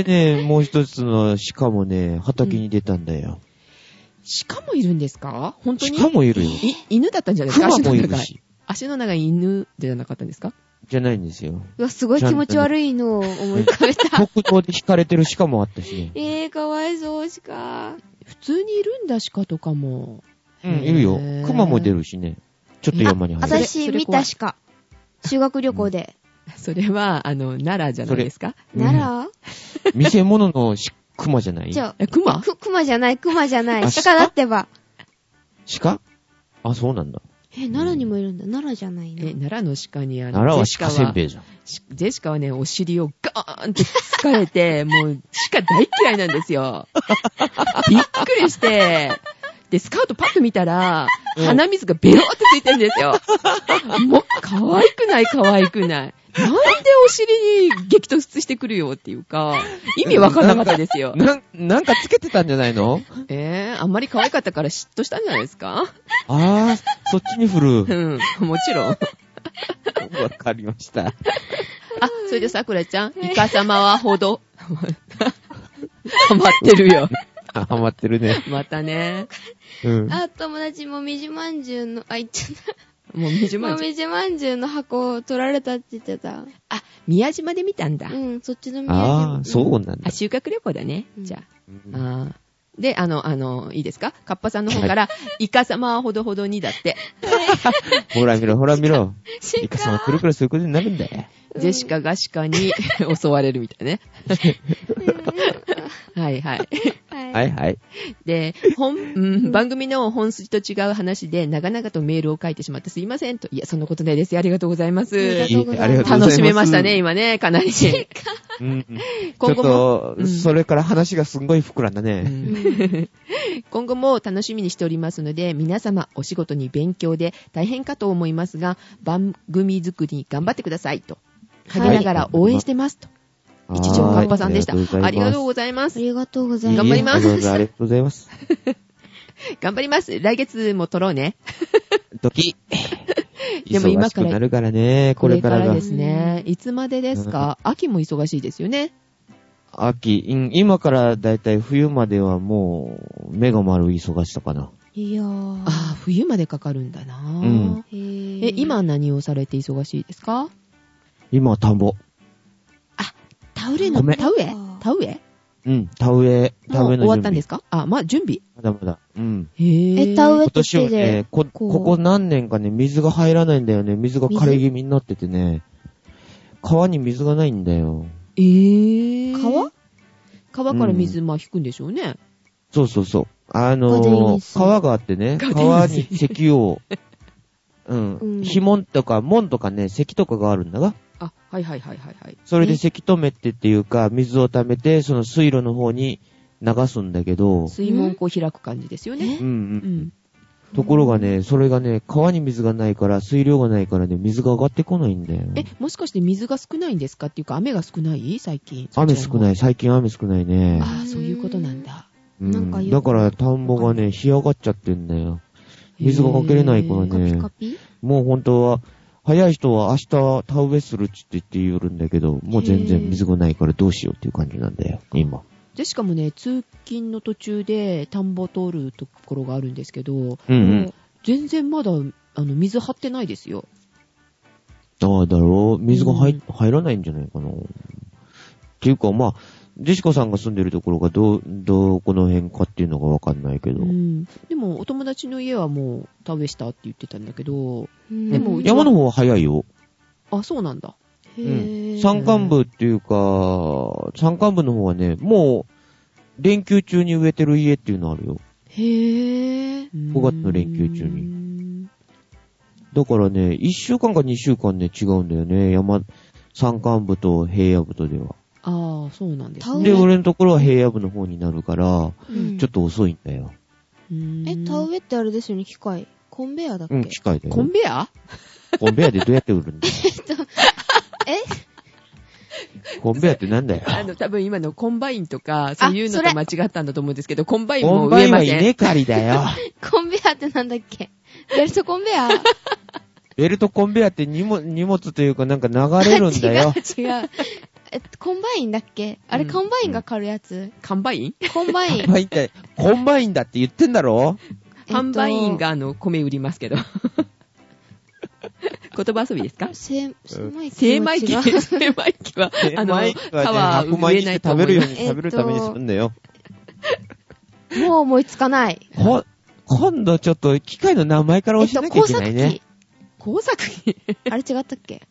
A: ー
B: でね、もう一つの鹿もね、畑に出たんだよ。
C: 鹿もいるんですか本当に
B: 鹿もいるよ。
C: い犬だったんじゃないですか
B: 熊
C: 足の
B: もいる
C: 長い。
B: し。
C: 足の長い犬じゃなかったんですか
B: じゃないんですよ。
A: うわ、すごい気持ち悪いのを思い浮かべた。
B: 北東で惹かれてる鹿もあったしね。
A: <laughs> えぇー、かわいそう、しか。
C: 普通にいるんだ、鹿とかも。 <laughs>
B: うん、いるよ
C: へー。
B: 熊も出るしね。ちょっと山に入る。
C: あそれ
A: 私、
C: それ
A: 見
C: 怖い
A: たしか。修学旅行で。
C: それは、あの、奈良じゃないですか
B: うん
A: 奈
B: 見せ物のし熊じゃな
A: 良
B: い
A: じゃあ、
C: え熊
A: く、熊じゃない、熊じゃない。
B: あ
A: 鹿だってば。
B: 鹿あ、そうなんだ。
A: え、奈良にもいるんだ。奈良じゃない
C: え、
A: な。
C: 奈良の鹿にあの、
B: 奈良は
C: ジェシカ
B: 鹿せんべいじゃん。
C: しジェシカはね、お尻をガーンって疲れて、 <laughs> もう、鹿大嫌いなんですよ。びっくりして、で、スカートパッと見たら、
B: うん
C: 鼻水がベロってついてるんです <laughs> よ。もう、可愛くない、可愛くない。なんでお尻に激突してくるよっていうか、意味わかんなかったですよ。
B: なん、なんかつけてたんじゃないの
C: えー、あんまり可愛かったから嫉妬したんじゃないですか
B: ああ、そっちに振
C: う
B: る。
C: ん、もちろん。
B: <laughs> わかりました。
C: あ、それで桜ちゃん、イカ様はほど。ハマってるよ。
B: あ、ハマってるね。
C: <laughs> またね。
B: うん。
A: あ、友達もみじまんじゅうの、あ、言っちゃっ
C: もう宮
A: た。
C: 島
A: もみじまんじゅうの箱を取られたって言ってた。
C: あ、宮島で見たんだ。
A: うん、そっちの宮
B: ああ、
A: 城。
B: そうなんだ
C: あ、。修学旅行だね。
A: うん
C: じゃあ。
B: うん
C: あーで、あの、あの、いいですかカッパさんの方から、イカ様はほどほどにだって、
B: ほら見ろ、ほら見ろ。
A: 鹿
B: イカ様くるくるすることになるんだよ。
A: うん
C: ジェシカがシカに <laughs> 襲われるみたいね。はいはい。
A: <laughs> はい。
B: はいはい。
C: で、本、うん、番組の本筋と違う話で、長々とメールを書いてしまってすいませんと。いや、そんなことないですよ。ありがとうございま
A: ありが
C: す
A: とう。ございます
B: ありがとうございます。
C: 楽しめましたね、。今ね、か
A: <laughs>
C: なり。
B: うん。ちょ
C: 今
B: っ
C: 後も、
B: と
C: う、ん
B: それから話がすんごい膨らんだ
C: う
B: ね。
C: ん今後も楽しみにしておりますので、皆様お仕事に勉強で大変かと思いますが、番組作り頑張ってくださいと。
A: はい
C: 陰ながら応援してますと。一条かっぱさんでした。ありがとう
B: ご
C: ございま
A: あ
C: す。
A: りがとうござ
B: ざ
A: い
B: い
A: ま。
B: ますいえいえわざわ
C: 頑張ります
B: ざありがとうございます。
C: 頑張ります。来月も撮ろうね。
B: ドキ
C: <laughs> でも今
B: 忙し
C: か
B: く
C: ら
B: なるからね、これからが
C: ですね。いつまでですか秋も忙しいですよね。
B: 秋、うん今からだいたい冬まではもう、目が丸い忙しさかな。
A: いやー。
C: ああ、冬までかかるんだな、
B: ん
A: へー
C: え、今、何をされて忙しいですか
B: 今は田んぼ。
C: 田植えの、
B: 米
C: 田植え田植え
B: うん、田植え、田
C: もう
B: 植えの準備。
C: 終わったんですかあ、まあ準備。
B: まだまだ。うん。
C: へえ。
A: え、田植え
B: 今
A: って
B: 年は
A: 手
B: ね
A: で、、
B: こ、
A: こう
B: ここ何年かね、水が入らないんだよね。水が枯れ気味になっててね。川に水がないんだよ。
C: えー、
A: 川
C: 川から水、まあ、引くんでしょうね。
B: そうそうそう。
A: ガデ
B: あ
A: ンウ
B: の
A: ィス
B: ー、川があってね、
C: ガデンウィス
B: 川に石油
C: <laughs>
B: を、うん、
A: うん
B: ひもんとか、門とかね、石とかがあるんだが、
C: あ、はいはいはいはいはい。
B: それで石止めてっていうか、水を溜めて、その水路の方に流すんだけど、
C: 水門こう開く感じですよね。
B: うんう。
C: うんん。
B: ところがね、それがね、川に水がないから、水量がないからね、水が上がってこないんだよ。
C: え、もしかして水が少ないんですかっていうか、雨が少ない最近。。
B: 雨少ないい、最近雨少ないね。
C: ああ、そういうことなんだ。
B: うん
A: なんかよく
B: だから田んぼがね、干上がっちゃってんだよ。水がかけれないから
A: カピ
B: ね
A: カ。ピ
B: もう本当は、早い人は明日田植えするっつって言って言うんだけど、もう全
A: へ
B: 然
A: ー
B: 水がないからどうしようっていう感じなんだよ、今。
C: で、しかもね、通勤の途中で田んぼ通るところがあるんですけど、
B: うん
A: も
B: うん。
C: 全然まだ、あの、水張ってないですよ。
B: ああ、だろう。水が入,、
C: うん
B: 入らないんじゃないかな。っていうか、まあ、ジェシカさんが住んでるところがど、どこの辺かっていうのがわかんないけど
C: う。ん。でも、お友達の家はもう田植えしたって言ってたんだけど、
A: うん
C: でもうちは
B: 山の方は早いよ。
C: あ、そうなんだ。
A: へ
B: うん
A: ー
B: 山間部っていうか、山間部の方はね、もう、連休中に植えてる家っていうのあるよ。
A: へぇ
B: 5月の連休中に
C: に。
B: だからね、1週間か2週間ね、違うんだよね。山、山間部と平野部とでは。
C: ああ、そうなんです
A: うん
B: で、
A: 田植え
B: 俺のところは平野部の方になるから、
A: うん
B: ちょっと遅いんだよ。
A: え、田植えってあれですよね、機械。コンベアだっけ、
B: うん、近いだよ。
C: コンベア
B: コンベアでどうやって売るんだよ。コンベアってなんだよ。
C: あの、多分今のコンバインとか、そういうの
A: そ
C: と
A: れ
C: 間違ったんだと思うんですけど、コンバイン
B: コ
C: も
B: ンバ
C: 植え
B: イン
C: ま
B: は
C: せん。
B: 稲刈りだよ。
A: <laughs> コンベアってなんだっけベルトコンベア
B: ベルトコンベアって荷物、荷物というかなんか流れるんだよ。
A: 違う。え、コンバインだっけあれ、
C: うん
A: コンバインが刈るやつ。
C: カンバイン
A: コンバ
B: <laughs>
A: イン。
B: コンバインって、コンバインだって言ってんだろ
A: えっと
C: カンバインがあの、米売りますけど。言葉遊びですか
A: せ、狭い
C: 精米機、
A: 気持ちが
C: 精米機は、あの、皮は
B: 白
C: 植
B: 米
C: え
B: に
C: な
B: して
C: いと
B: 食
C: 思
B: べる
C: い
B: よ
C: ま
B: う
C: す。
B: に食べるためにするんだよ。
A: もう思いつかない。
B: こ今度ちょっと機械の名前から
A: えっ
B: 教え
A: と、
B: なきゃい
A: 工
B: けな
A: 作
B: い
A: 機。
B: ね。
C: 工作機
A: あれ違ったっけ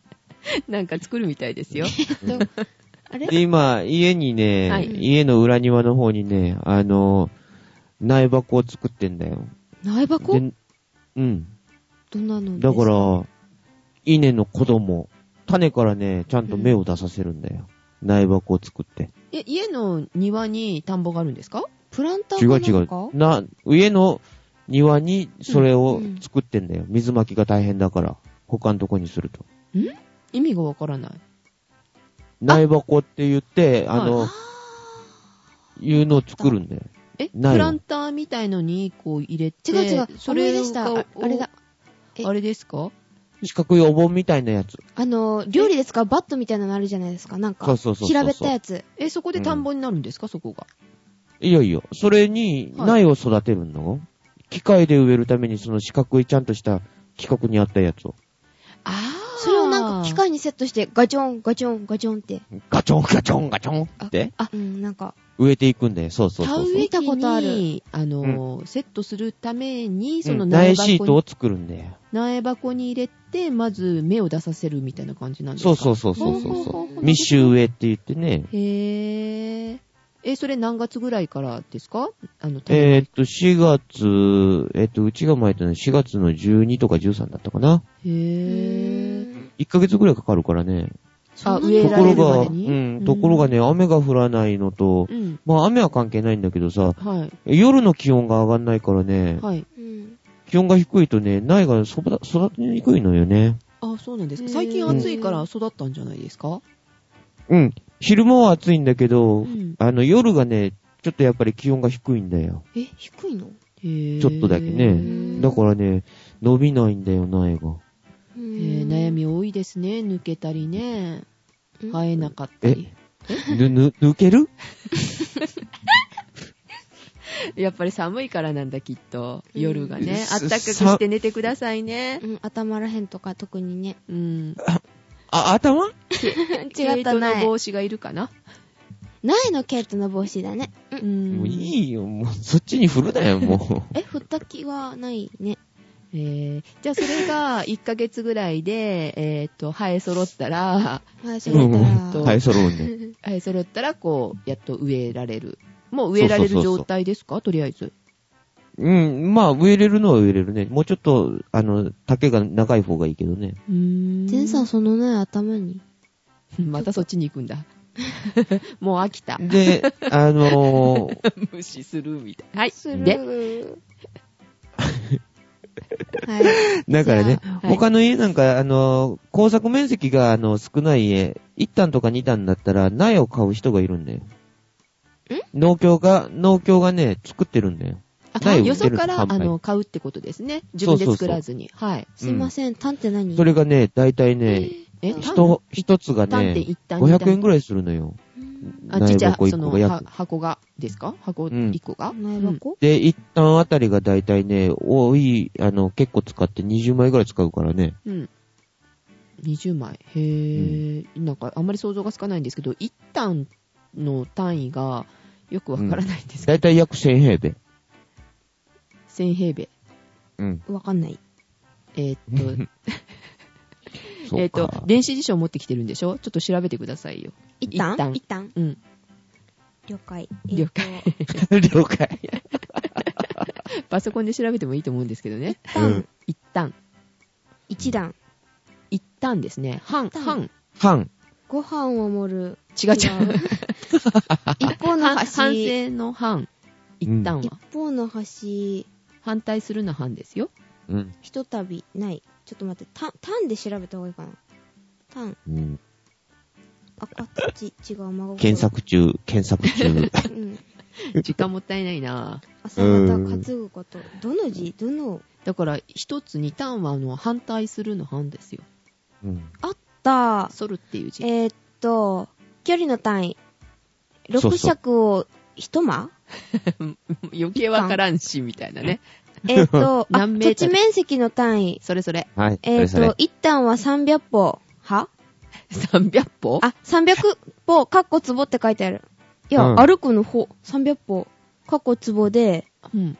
C: なんか作るみたいですよ。
A: と、あれ
B: で、今、家にね、
C: はい
B: 家の裏庭の方にね、あの、苗箱を作ってんだよ。
A: 苗箱
B: でうん。
A: どんなのです
B: だから、稲の子供、種からね、ちゃんと芽を出させるんだよ。苗箱を作って。
C: え、家の庭に田んぼがあるんですか
A: プランター
B: 違う
A: か
B: 違
A: なん
B: う
A: か。
B: な、家の庭にそれを
A: うんうん
B: 作ってんだよ。水まきが大変だから。他のとこにすると。
C: 意味がわからない。
B: 苗箱って言って、あの、
C: はい
B: いうのを作るんだよ。
C: え、プ
B: ないわ
C: ランターみたいのにこう入れて、
A: 違う違う。
C: そ
A: 思い
C: れ
A: 出した。
C: が
A: ああれだ。。え
C: あれですか
B: 四角いお盆みたいなやつ。
A: あの、料理ですかバットみたいなのあるじゃないですか。なんか、
B: そうそうそうそうそう
A: 平べったやつ。
C: え、そこで田んぼになるんですか、そこが。
B: いよいよ。それに
C: はい
B: 苗を育てるの、機械で植えるためにその四角いちゃんとした規格にあったやつを。
C: あー
A: それをなんか機械にセットして、ガチョン、ガチョン、ガチョンって。
B: ガチョンガチョンガチョンって
C: あ
A: うん、なんか、
B: 植えていくんだよ。そうそうそうそう。
C: 田植え
A: 見たことある
C: 機にあのー、セットするために、その
B: うん
C: 苗
B: 苗シー
C: 箱
B: ト
C: に
B: を、作るんだよ。
C: 苗箱に入れて、まず芽を出させるみたいな感じなんです
B: そ
C: か
B: うそううそうそうそう
C: ほうほう
B: そ
C: ほう
B: う。密集植えって言ってね。
C: へー。え、それ何月ぐらいからですかあの、
B: えーっと、4月、えーっと、うちが巻いたのは4月の12とか13だったかな。
C: へー。
B: 1ヶ月ぐらいかかるからね。
A: そ
C: あ、
A: んな
C: 植え
B: と
C: ら
B: こ
C: れ
B: ろ
C: るま
B: が、
C: で
B: う
C: に。
B: ん、ところがね、雨が降らないのと
C: う、ん。
B: まあ雨は関係ないんだけどさ、
C: はい。
B: 夜の気温が上がんないからね、
C: はい。
A: うん。
B: 気温が低いとね、苗がそば育てにくいのよね。
C: あ、そうなんですか。
A: へー
C: 最近暑いから育ったんじゃないですか
B: うん。昼間は暑いんだけど、
C: うん
B: あの夜がね、ちょっとやっぱり気温が低いんだよ。
A: え、低いの
C: ち
B: ちょっとだけ
A: ね
B: だからね、伸びないんだよ、苗が。
A: う
C: え
A: ん
C: ー悩。み多いですね。抜けたりね。
A: うん
C: 生えなかったり。
B: ぬ、ぬ、抜ける
C: やっぱり寒いからなんだ、きっと。
A: うん
C: 夜がね。あ
B: さ
C: ったかくして寝てくださいね
A: う。ん、頭らへんとか特にね。
C: うん。
B: あ、頭
A: <laughs> 違った
C: 毛
A: な
C: 糸の
A: い。
C: 帽子がいるかな。
A: 苗のケイトの帽子だね。う。
C: うんん。
B: もういいよ、もうそっちに振るな
C: <laughs>
B: よ、もう。
A: え、ふったきはないね。
C: えーじゃあそれが1ヶ月ぐらいで、えーっと、生え揃ったら、
A: はい、そううだっ
B: ん
A: た
C: と
A: ら。
B: はい、揃うね。
C: 生え揃ったら、こう、やっと植えられる。もう植えられ
B: そうそ
C: る
B: うそうそう
C: 状態ですかとりあえず。
B: うん、まあ、植えれるのは植えれるね。もうちょっと、あの、丈が長い方がいいけどね。
C: うーん
A: 全さん、その苗頭に。
C: またそっちに行くん <laughs> だ。もう飽きた。
B: で、あのー
C: <laughs> 無視するみたいな。はい。
A: する。
C: で、
A: <laughs> はい。
B: だからね
A: じ、
C: はい
B: 他の家なんか、あのー工作面積が、あの、少ない家、1単とか2単だったら、苗を買う人がいるんだよ。農協が、農協がね、作ってるんだよ。
C: あ
B: 苗を植え
C: よ
B: て
C: そ
B: る
C: からあ
B: 販売
C: の買うってことですね。自分で
B: そうそうそう
C: 作らずに。はい。
A: すいません、タンって何
B: それがね、大体ね、
C: え、
A: うん
C: 単
B: 一、一つが
C: 単って
B: ね、
C: 一単二
B: 500円
C: 単。
B: ぐらいするのよ。
A: うん
C: あ、ちっちゃ
B: 苗
C: い
B: 箱、一
C: その
B: 個が約
C: は箱が、ですか箱
B: うん
C: 1個が、
A: 苗箱
B: で、一旦あたりが大体ね、多い、あの、結構使って20枚ぐらい使うからね。
C: うん。20枚。へぇ、なんかあんまり想像がつかないんですけど、1単の単位がよくわからないんですけど、
B: 大体約1000平米。
C: 1000平米。
B: うん。
A: わかんない。
B: <laughs>
C: えーっ
B: そう
C: と、
B: か。
C: えーっと、電子辞書を持ってきてるんでしょちょっと調べてくださいよ。
A: 一旦
C: 一旦
A: 一旦
C: うん。
A: 了解。
C: 了
A: 解。
B: <laughs> 了解。
C: パソコンで調べてもいいと思うんですけどね。
A: 一旦、
C: 一旦。
A: 一段。
C: 一旦ですね。半、
A: 旦
C: 半。
B: 半。
A: ご飯を盛る。
C: 違う違う。 <laughs>
A: 一方の
C: 反反
A: 端。
C: 省の半。一旦
A: 一
C: は。
A: 方の端、
C: 反対するの半ですよ。
B: うん。
A: ひとたびない。ちょっと待って、タン、タンで調べた方がいいかな。タン、
B: うん。
A: あ、あっち、違う、孫。
B: 検。索中、検索中。
A: うん。
B: <laughs>
C: 時間もったいないなぁ
A: 朝方担ぐこと。どの字どの、
C: だから、一つ二単はあの反対するの半ですよ。
B: うん。
A: あった。
C: 反るっていう字。
A: えーっと、距離の単位。
B: そうそう
A: 6尺を一間
C: 余計わからんし、みたいなね。、
A: えーっとあ、
C: 何メー
A: 土
C: トル
A: 地面積の単位。
C: それそれ。
B: はい。
A: えーっ
B: それ
A: と、一単は300歩。は
C: 300歩
A: あ、300歩、かっこつぼって書いてある。いや、
B: うん
A: 歩くの方、300歩、かっこつぼで、
C: うん。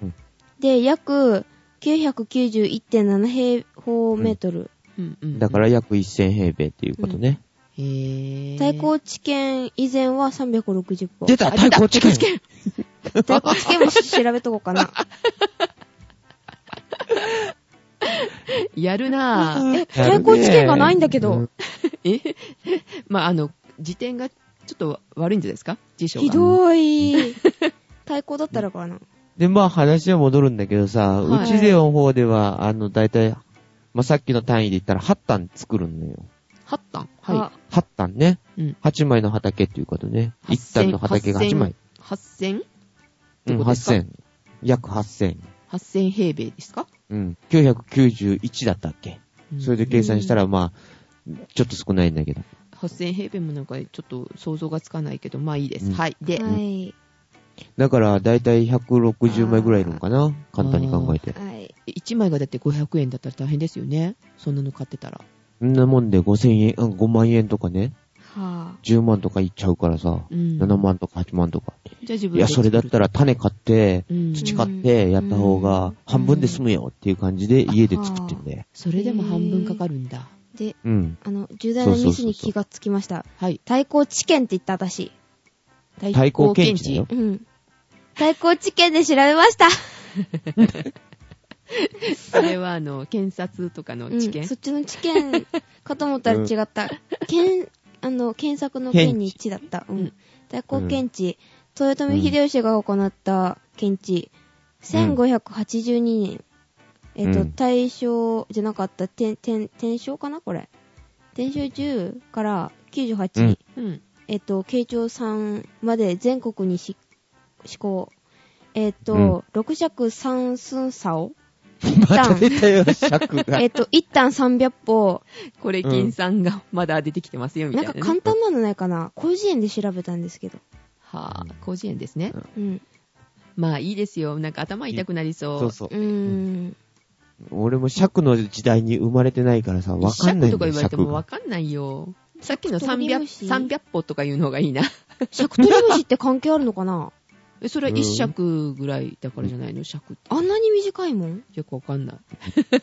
A: で、約991.7平方メートル。
C: うんうん。、
B: だからら約1000平米っていうことね。
C: へぇ
A: 太鼓知見以前は360本。
B: 出た太鼓地
C: 地
B: 検
A: 太鼓知見も調べとこうかな。
C: やるなぁ。
A: 太鼓知見がないんだけど。
C: えまあ、あの、辞典がちょっと悪いんじゃないですか辞書が。
A: ひどい。 <laughs> 太鼓だったらかな。
B: で、まあ話は戻るんだけどさ、
C: はいう
B: ちでの方では、あの、だいたい、まあさっきの単位で言ったら8単作るのよ。
C: 8単。
A: あ
C: は
B: 8単ね。
C: い。うん。
B: 8枚の畑っていうことね。
C: 八
B: 1単の畑が8枚。。
C: 8000
B: う
C: 千
B: ん、8000。約8000。
C: 8000平米ですか
B: うん。991だったっけ。それで計算したら、まあ、ちょっと少ないんだけど。
C: 8000平米もなんかちょっと想像がつかないけど、まあいいです。
B: うん
C: はい。で、
A: はい。
B: だから、だいたい160枚ぐらいいるのかな簡単に考えて。
A: はい。
C: 1枚がだって500円だったら大変ですよね。そんなの買ってたら。
B: そんなもんで5000円、うん5万円とかね、
A: は
B: 10万とかいっちゃうからさ、
C: うん。
B: 7万とか8万とか。
C: じゃあ自分
B: いや、それだったら種買って、
C: うん、
B: 土買ってやった方が半分で済むよっていう感じで家で作ってんだよ。
C: それでも半分かかるんだ。
A: あ。で、
B: うん。
A: あの、重大なミスに気がつきました。
C: はい。
A: 太鼓知見って言った私。
C: 太
B: 太鼓検知だよ。
A: うん。太鼓知見で調べました。
C: それはあの、検察とかの知
A: う
C: 見
A: ん、そ。っちの知
B: <laughs>
A: 見かと思ったら違った。検、あの、検索の検に知だった。う
C: うんん。
A: 太鼓検知。豊臣秀吉が行った検知。1582年。えっ、と、
B: うん
A: 大正じゃなかった、天、天、天正かなこれ。天正10から98、
B: うん
C: うん。
A: えっ、と、慶長3まで全国にし施行。えっ、
B: うん
A: と、六尺三寸竿。
B: また出たよ、尺が
A: え。っと、 <laughs> 一旦300歩。
C: これ、金さんがまだ出てきてますよ、み
A: な
C: た
A: いん
C: な、
A: か
C: ね。
A: 簡単なのないかな広辞苑で調べたんですけど。
C: はぁ、広辞苑ですね。
A: うん。
C: まあいいですよ。なんか頭痛くなりそう。
B: そうそう
A: う。ーん。
B: 俺も尺の時代に生まれてないからさ、わかんないんだ
C: 尺とか
B: よ、
C: 言われて
B: 尺
C: もわ
B: が。
C: かんないよ。さっきの
A: 尺取り
C: 300、
A: 虫
C: 300歩とかいうのがいいな。
A: 尺取り虫って関係あるのかな
C: えそれは1尺ぐらいだからじゃないの尺って。
A: あんなに短いもん
C: よくわかんない。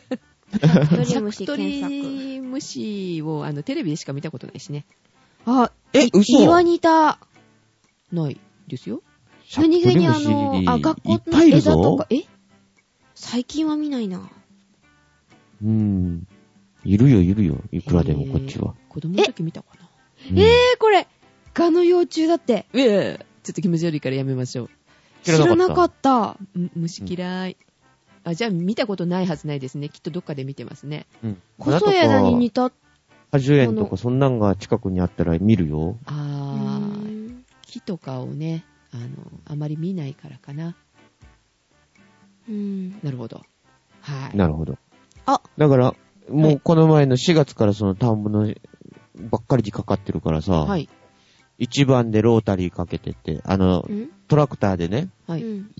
A: 尺取り
C: 尺
A: 虫
C: 取
A: 検索。
C: り虫をあのテレビでしか見たことないしね。
A: あ、
B: え、嘘
A: 岩にいた。
C: ないですよ。
A: 何気にあ
B: 尺取
A: の
B: り、虫
A: あ、学
B: い
A: 校
B: っぱ
A: の
B: いいる
A: 枝と
B: ぞ
A: か。、え最近は見ないな。
B: うん。いるよ、いるよ。いくらでも
C: へー
B: こっちは。
C: 子供の時見たかな。
B: うん
A: えー、これ、ガの幼虫だって。
C: ええちょっと気持ち悪いからやめましょ
A: 知らなかった。
C: う。む虫嫌い。あ、じゃあ見たことないはずないですね。きっとどっかで見てますね。
B: うん。
A: 細い枝に似た。
B: 80円とかそんなんが近くにあったら見るよ。
A: う
C: あ
A: ー
C: ー、
A: ん
C: 木とかをね、あの、あまり見ないからかな。
A: うん。
C: なるほど。はい。
B: なるほど。
A: あ
B: だから、も
C: は
B: うこの前の4月からその田んぼのばっかりにかかってるからさ、
C: はい。
B: 1番でロータリーかけてって、あの
A: う、ん
B: トラクターでね、
C: は
A: う
C: い。
A: ん。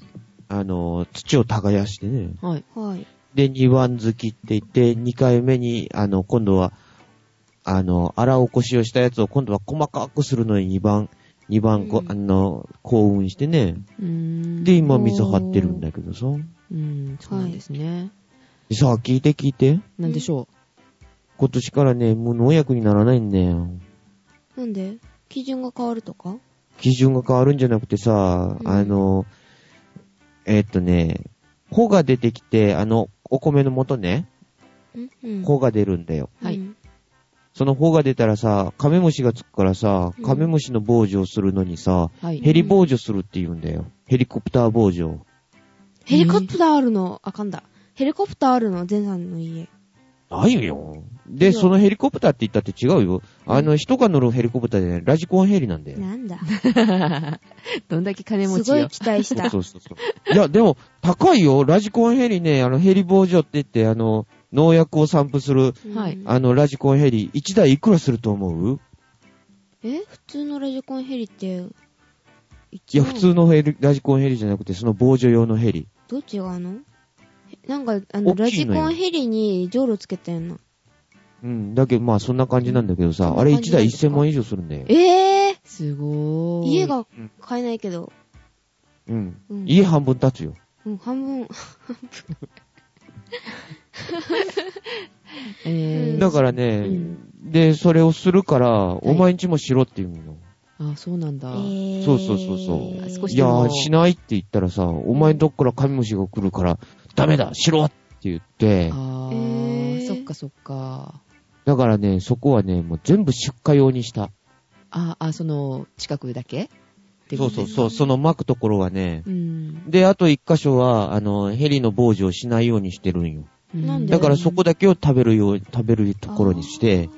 B: あの、土を耕してね、
C: はい。
A: はい。
B: で、2番好きって言って、2回目に、あの、今度は、あの、荒起こしをしたやつを今度は細かくするのに2番、2番こ、
A: うん
B: あの、幸運してね、
C: うーん。
B: で、今水張ってるんだけどさ、
C: うん、そうなんですね。
B: でさあ聞いて聞いて、
C: なんでしょ
B: 今年からね、無農薬にならないんだよ。
A: なんで基準が変わるとか
B: 基準が変わるんじゃなくてさ、
A: うん
B: あの、えーっとね、穂が出てきて、あの、お米の元ね、
A: うんうん。
B: 穂が出るんだよ。
C: はい
A: うん
B: その穂が出たらさ、カメムシがつくからさ
A: うん、
B: カメムシの防除をするのにさ、
C: う。はい。
B: ヘリ防除するって言うんだよ。ヘリコプター防除。
A: ヘリコプターあるの、あかんだ。ヘリコプターあるの、ゼンさんの家。
B: ないよ。
A: い
B: で、
A: や
B: そのヘリコプターって言ったって違うよ。あの、人が乗るヘリコプターじゃない、ラジコンヘリなんだよ。
A: なんだ。
C: <laughs> どんだけ金持
A: す
C: ち
A: ごい
C: よ。
A: 期待 <laughs> した。
B: そうそうそうそう。いや、でも、高いよ。ラジコンヘリね、あの、ヘリ防除って言って、あの、農薬を散布する、
A: うん
C: はい
B: あの、ラジコンヘリ、1台いくらすると思う
A: え普通のラジコンヘリって、
B: い
A: 一
B: や、
A: 応
B: 普通のヘリ、ラジコンヘリじゃなくて、その防除用のヘリ。
A: どう違うのえなんか、あの、ラ
B: 大きい
A: ジ
B: のよ
A: コンヘリにジョつけたよな。
B: うん。だけど、まあ、そんな感じなんだけど
A: そ
B: さ
A: ん、な
B: あれ
A: 感じ
B: 1
A: なん
B: 台
A: ですか
B: 1000万以上するんだよ。
A: えぇ、
C: すごーい。
A: 家。が買えないけど。
B: うん。
A: うん。
B: 家半分経つよ。
A: うん、半分。
C: えー
B: だからね、
C: うん
B: で、それをするから、
C: い
B: お前んちもしろって言うの。
C: あ、そうなんだ。
A: ー
B: そうそうそうそう
C: 少し
B: い
C: で
B: や
C: も
B: ー、しないって言ったらさ、お前んとこからカメムシが来るから、ダメだしろって言って、
C: ああ、
A: えー
C: そっかそっか。
B: だからね、そこはね、もう全部出荷用にした。
C: ああ、その、近くだけって
B: そ
C: こ
B: う
C: と
B: そうそう、その巻くところはね、
C: うん。
B: で、あと一箇所は、あの、ヘリの防除をしないようにしてるんよ。
C: うん
A: なんで
B: だからそこだけを食べるよう、食べるところにして、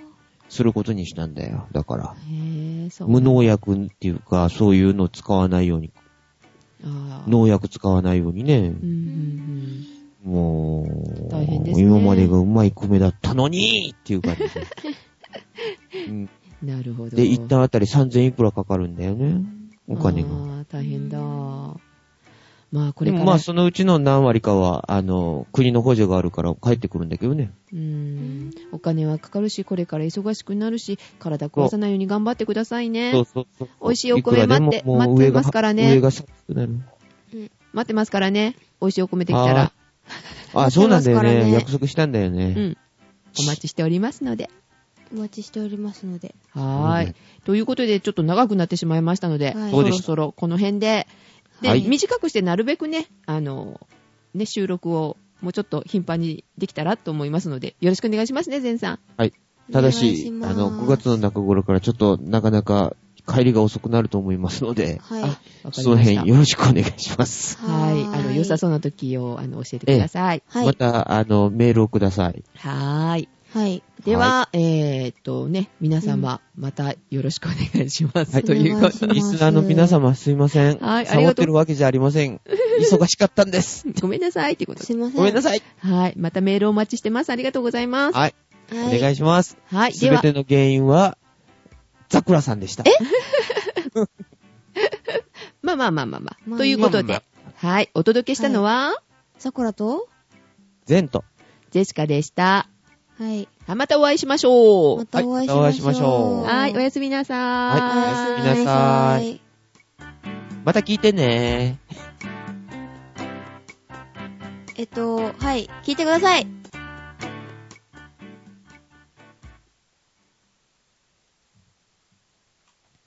B: することにしたんだよ。だから、
C: へーそう
B: 無農薬っていうか、そういうのを使わないように、
C: あー
B: 農薬使わないようにね、
C: うんうん
B: もう、
C: 大変ですね
B: 今までがうまい米だったのにっていう感
C: <laughs>
B: じで。うん
C: うんなるほど。
B: で、一旦あたり3000いくらかかるんだよね。お金が。
C: ああ、大変だ。まあ、こ
B: で
C: れか
B: もま
C: ら。
B: あ、そのうちの何割かは、あの、国の補助があるから帰ってくるんだけどね。
C: うん。お金はかかるし、これから忙しくなるし、体壊さないように頑張ってくださいね。
B: そうそうそう。
C: 美味しいお米待って
B: いくらでももう
C: 待って
B: 上が
C: ますからね
B: 上が寒くなる。
C: 待ってますからね。美味しいお米できたら
B: は。あ、そうなんだよ
A: 待ってますから
B: ね。
A: ね
B: 約束したんだよ
C: う
B: ね。
C: ん。お待ちしておりますので。
A: お待ちしておりますので。
C: はーい。ということで、ちょっと長くなってしまいましたので、
A: はい
C: そろそろこの辺で、で、
B: はい
C: 短くしてなるべくね、あの、ね、収録をもうちょっと頻繁にできたらと思いますので、よろしくお願いしますね、全さん。
B: はい。ただ
A: お願い
B: し
A: し、ます
B: あの、9月の中頃からちょっとなかなか帰りが遅くなると思いますので、
A: はい。
C: あ、わかり
B: その
C: まし
B: 辺
C: た。
B: よろしくお願いします。
C: はい。あの、良さそうな時を、あの、教えてください。
A: はい
B: ま。た、あの、メールをください。
C: はーい。
A: はい。
C: では、えーっとね、皆様、またよろしくお願いします。
B: はい
C: ということ
A: お願い
B: リ
A: します
B: スナーの皆様すいません。
C: はいあり
B: サボ
C: がとう
B: ってるわけじゃありません。忙しかったん
C: <laughs>
B: です。
C: で、ごめんなさい、ということ
A: す
C: で。
A: いません。
B: ごめんなさい。
C: はい。またメールお待ちしてます。ありがとうございます。
B: はい。
A: は
B: お願いします。
C: はい。
B: す
C: で
B: べ
C: は、
B: ての原因は、ザクラさんでした。
C: まあまあまあまあまあ。
A: まあ
C: ということで、
B: まあ
C: はい。お届けしたのは、
A: さくらと
B: 前と。
C: ジェシカでした。
A: はい。
C: はいまたお会いしましょ
A: ま
C: う。
A: たお会いしましょう。
B: はいまたお会いしましょう
C: はい。おやすみなさーい。
B: はいおやすみなさい
A: はーい。
B: また聞いてね
A: えっと、はい。聞いてください。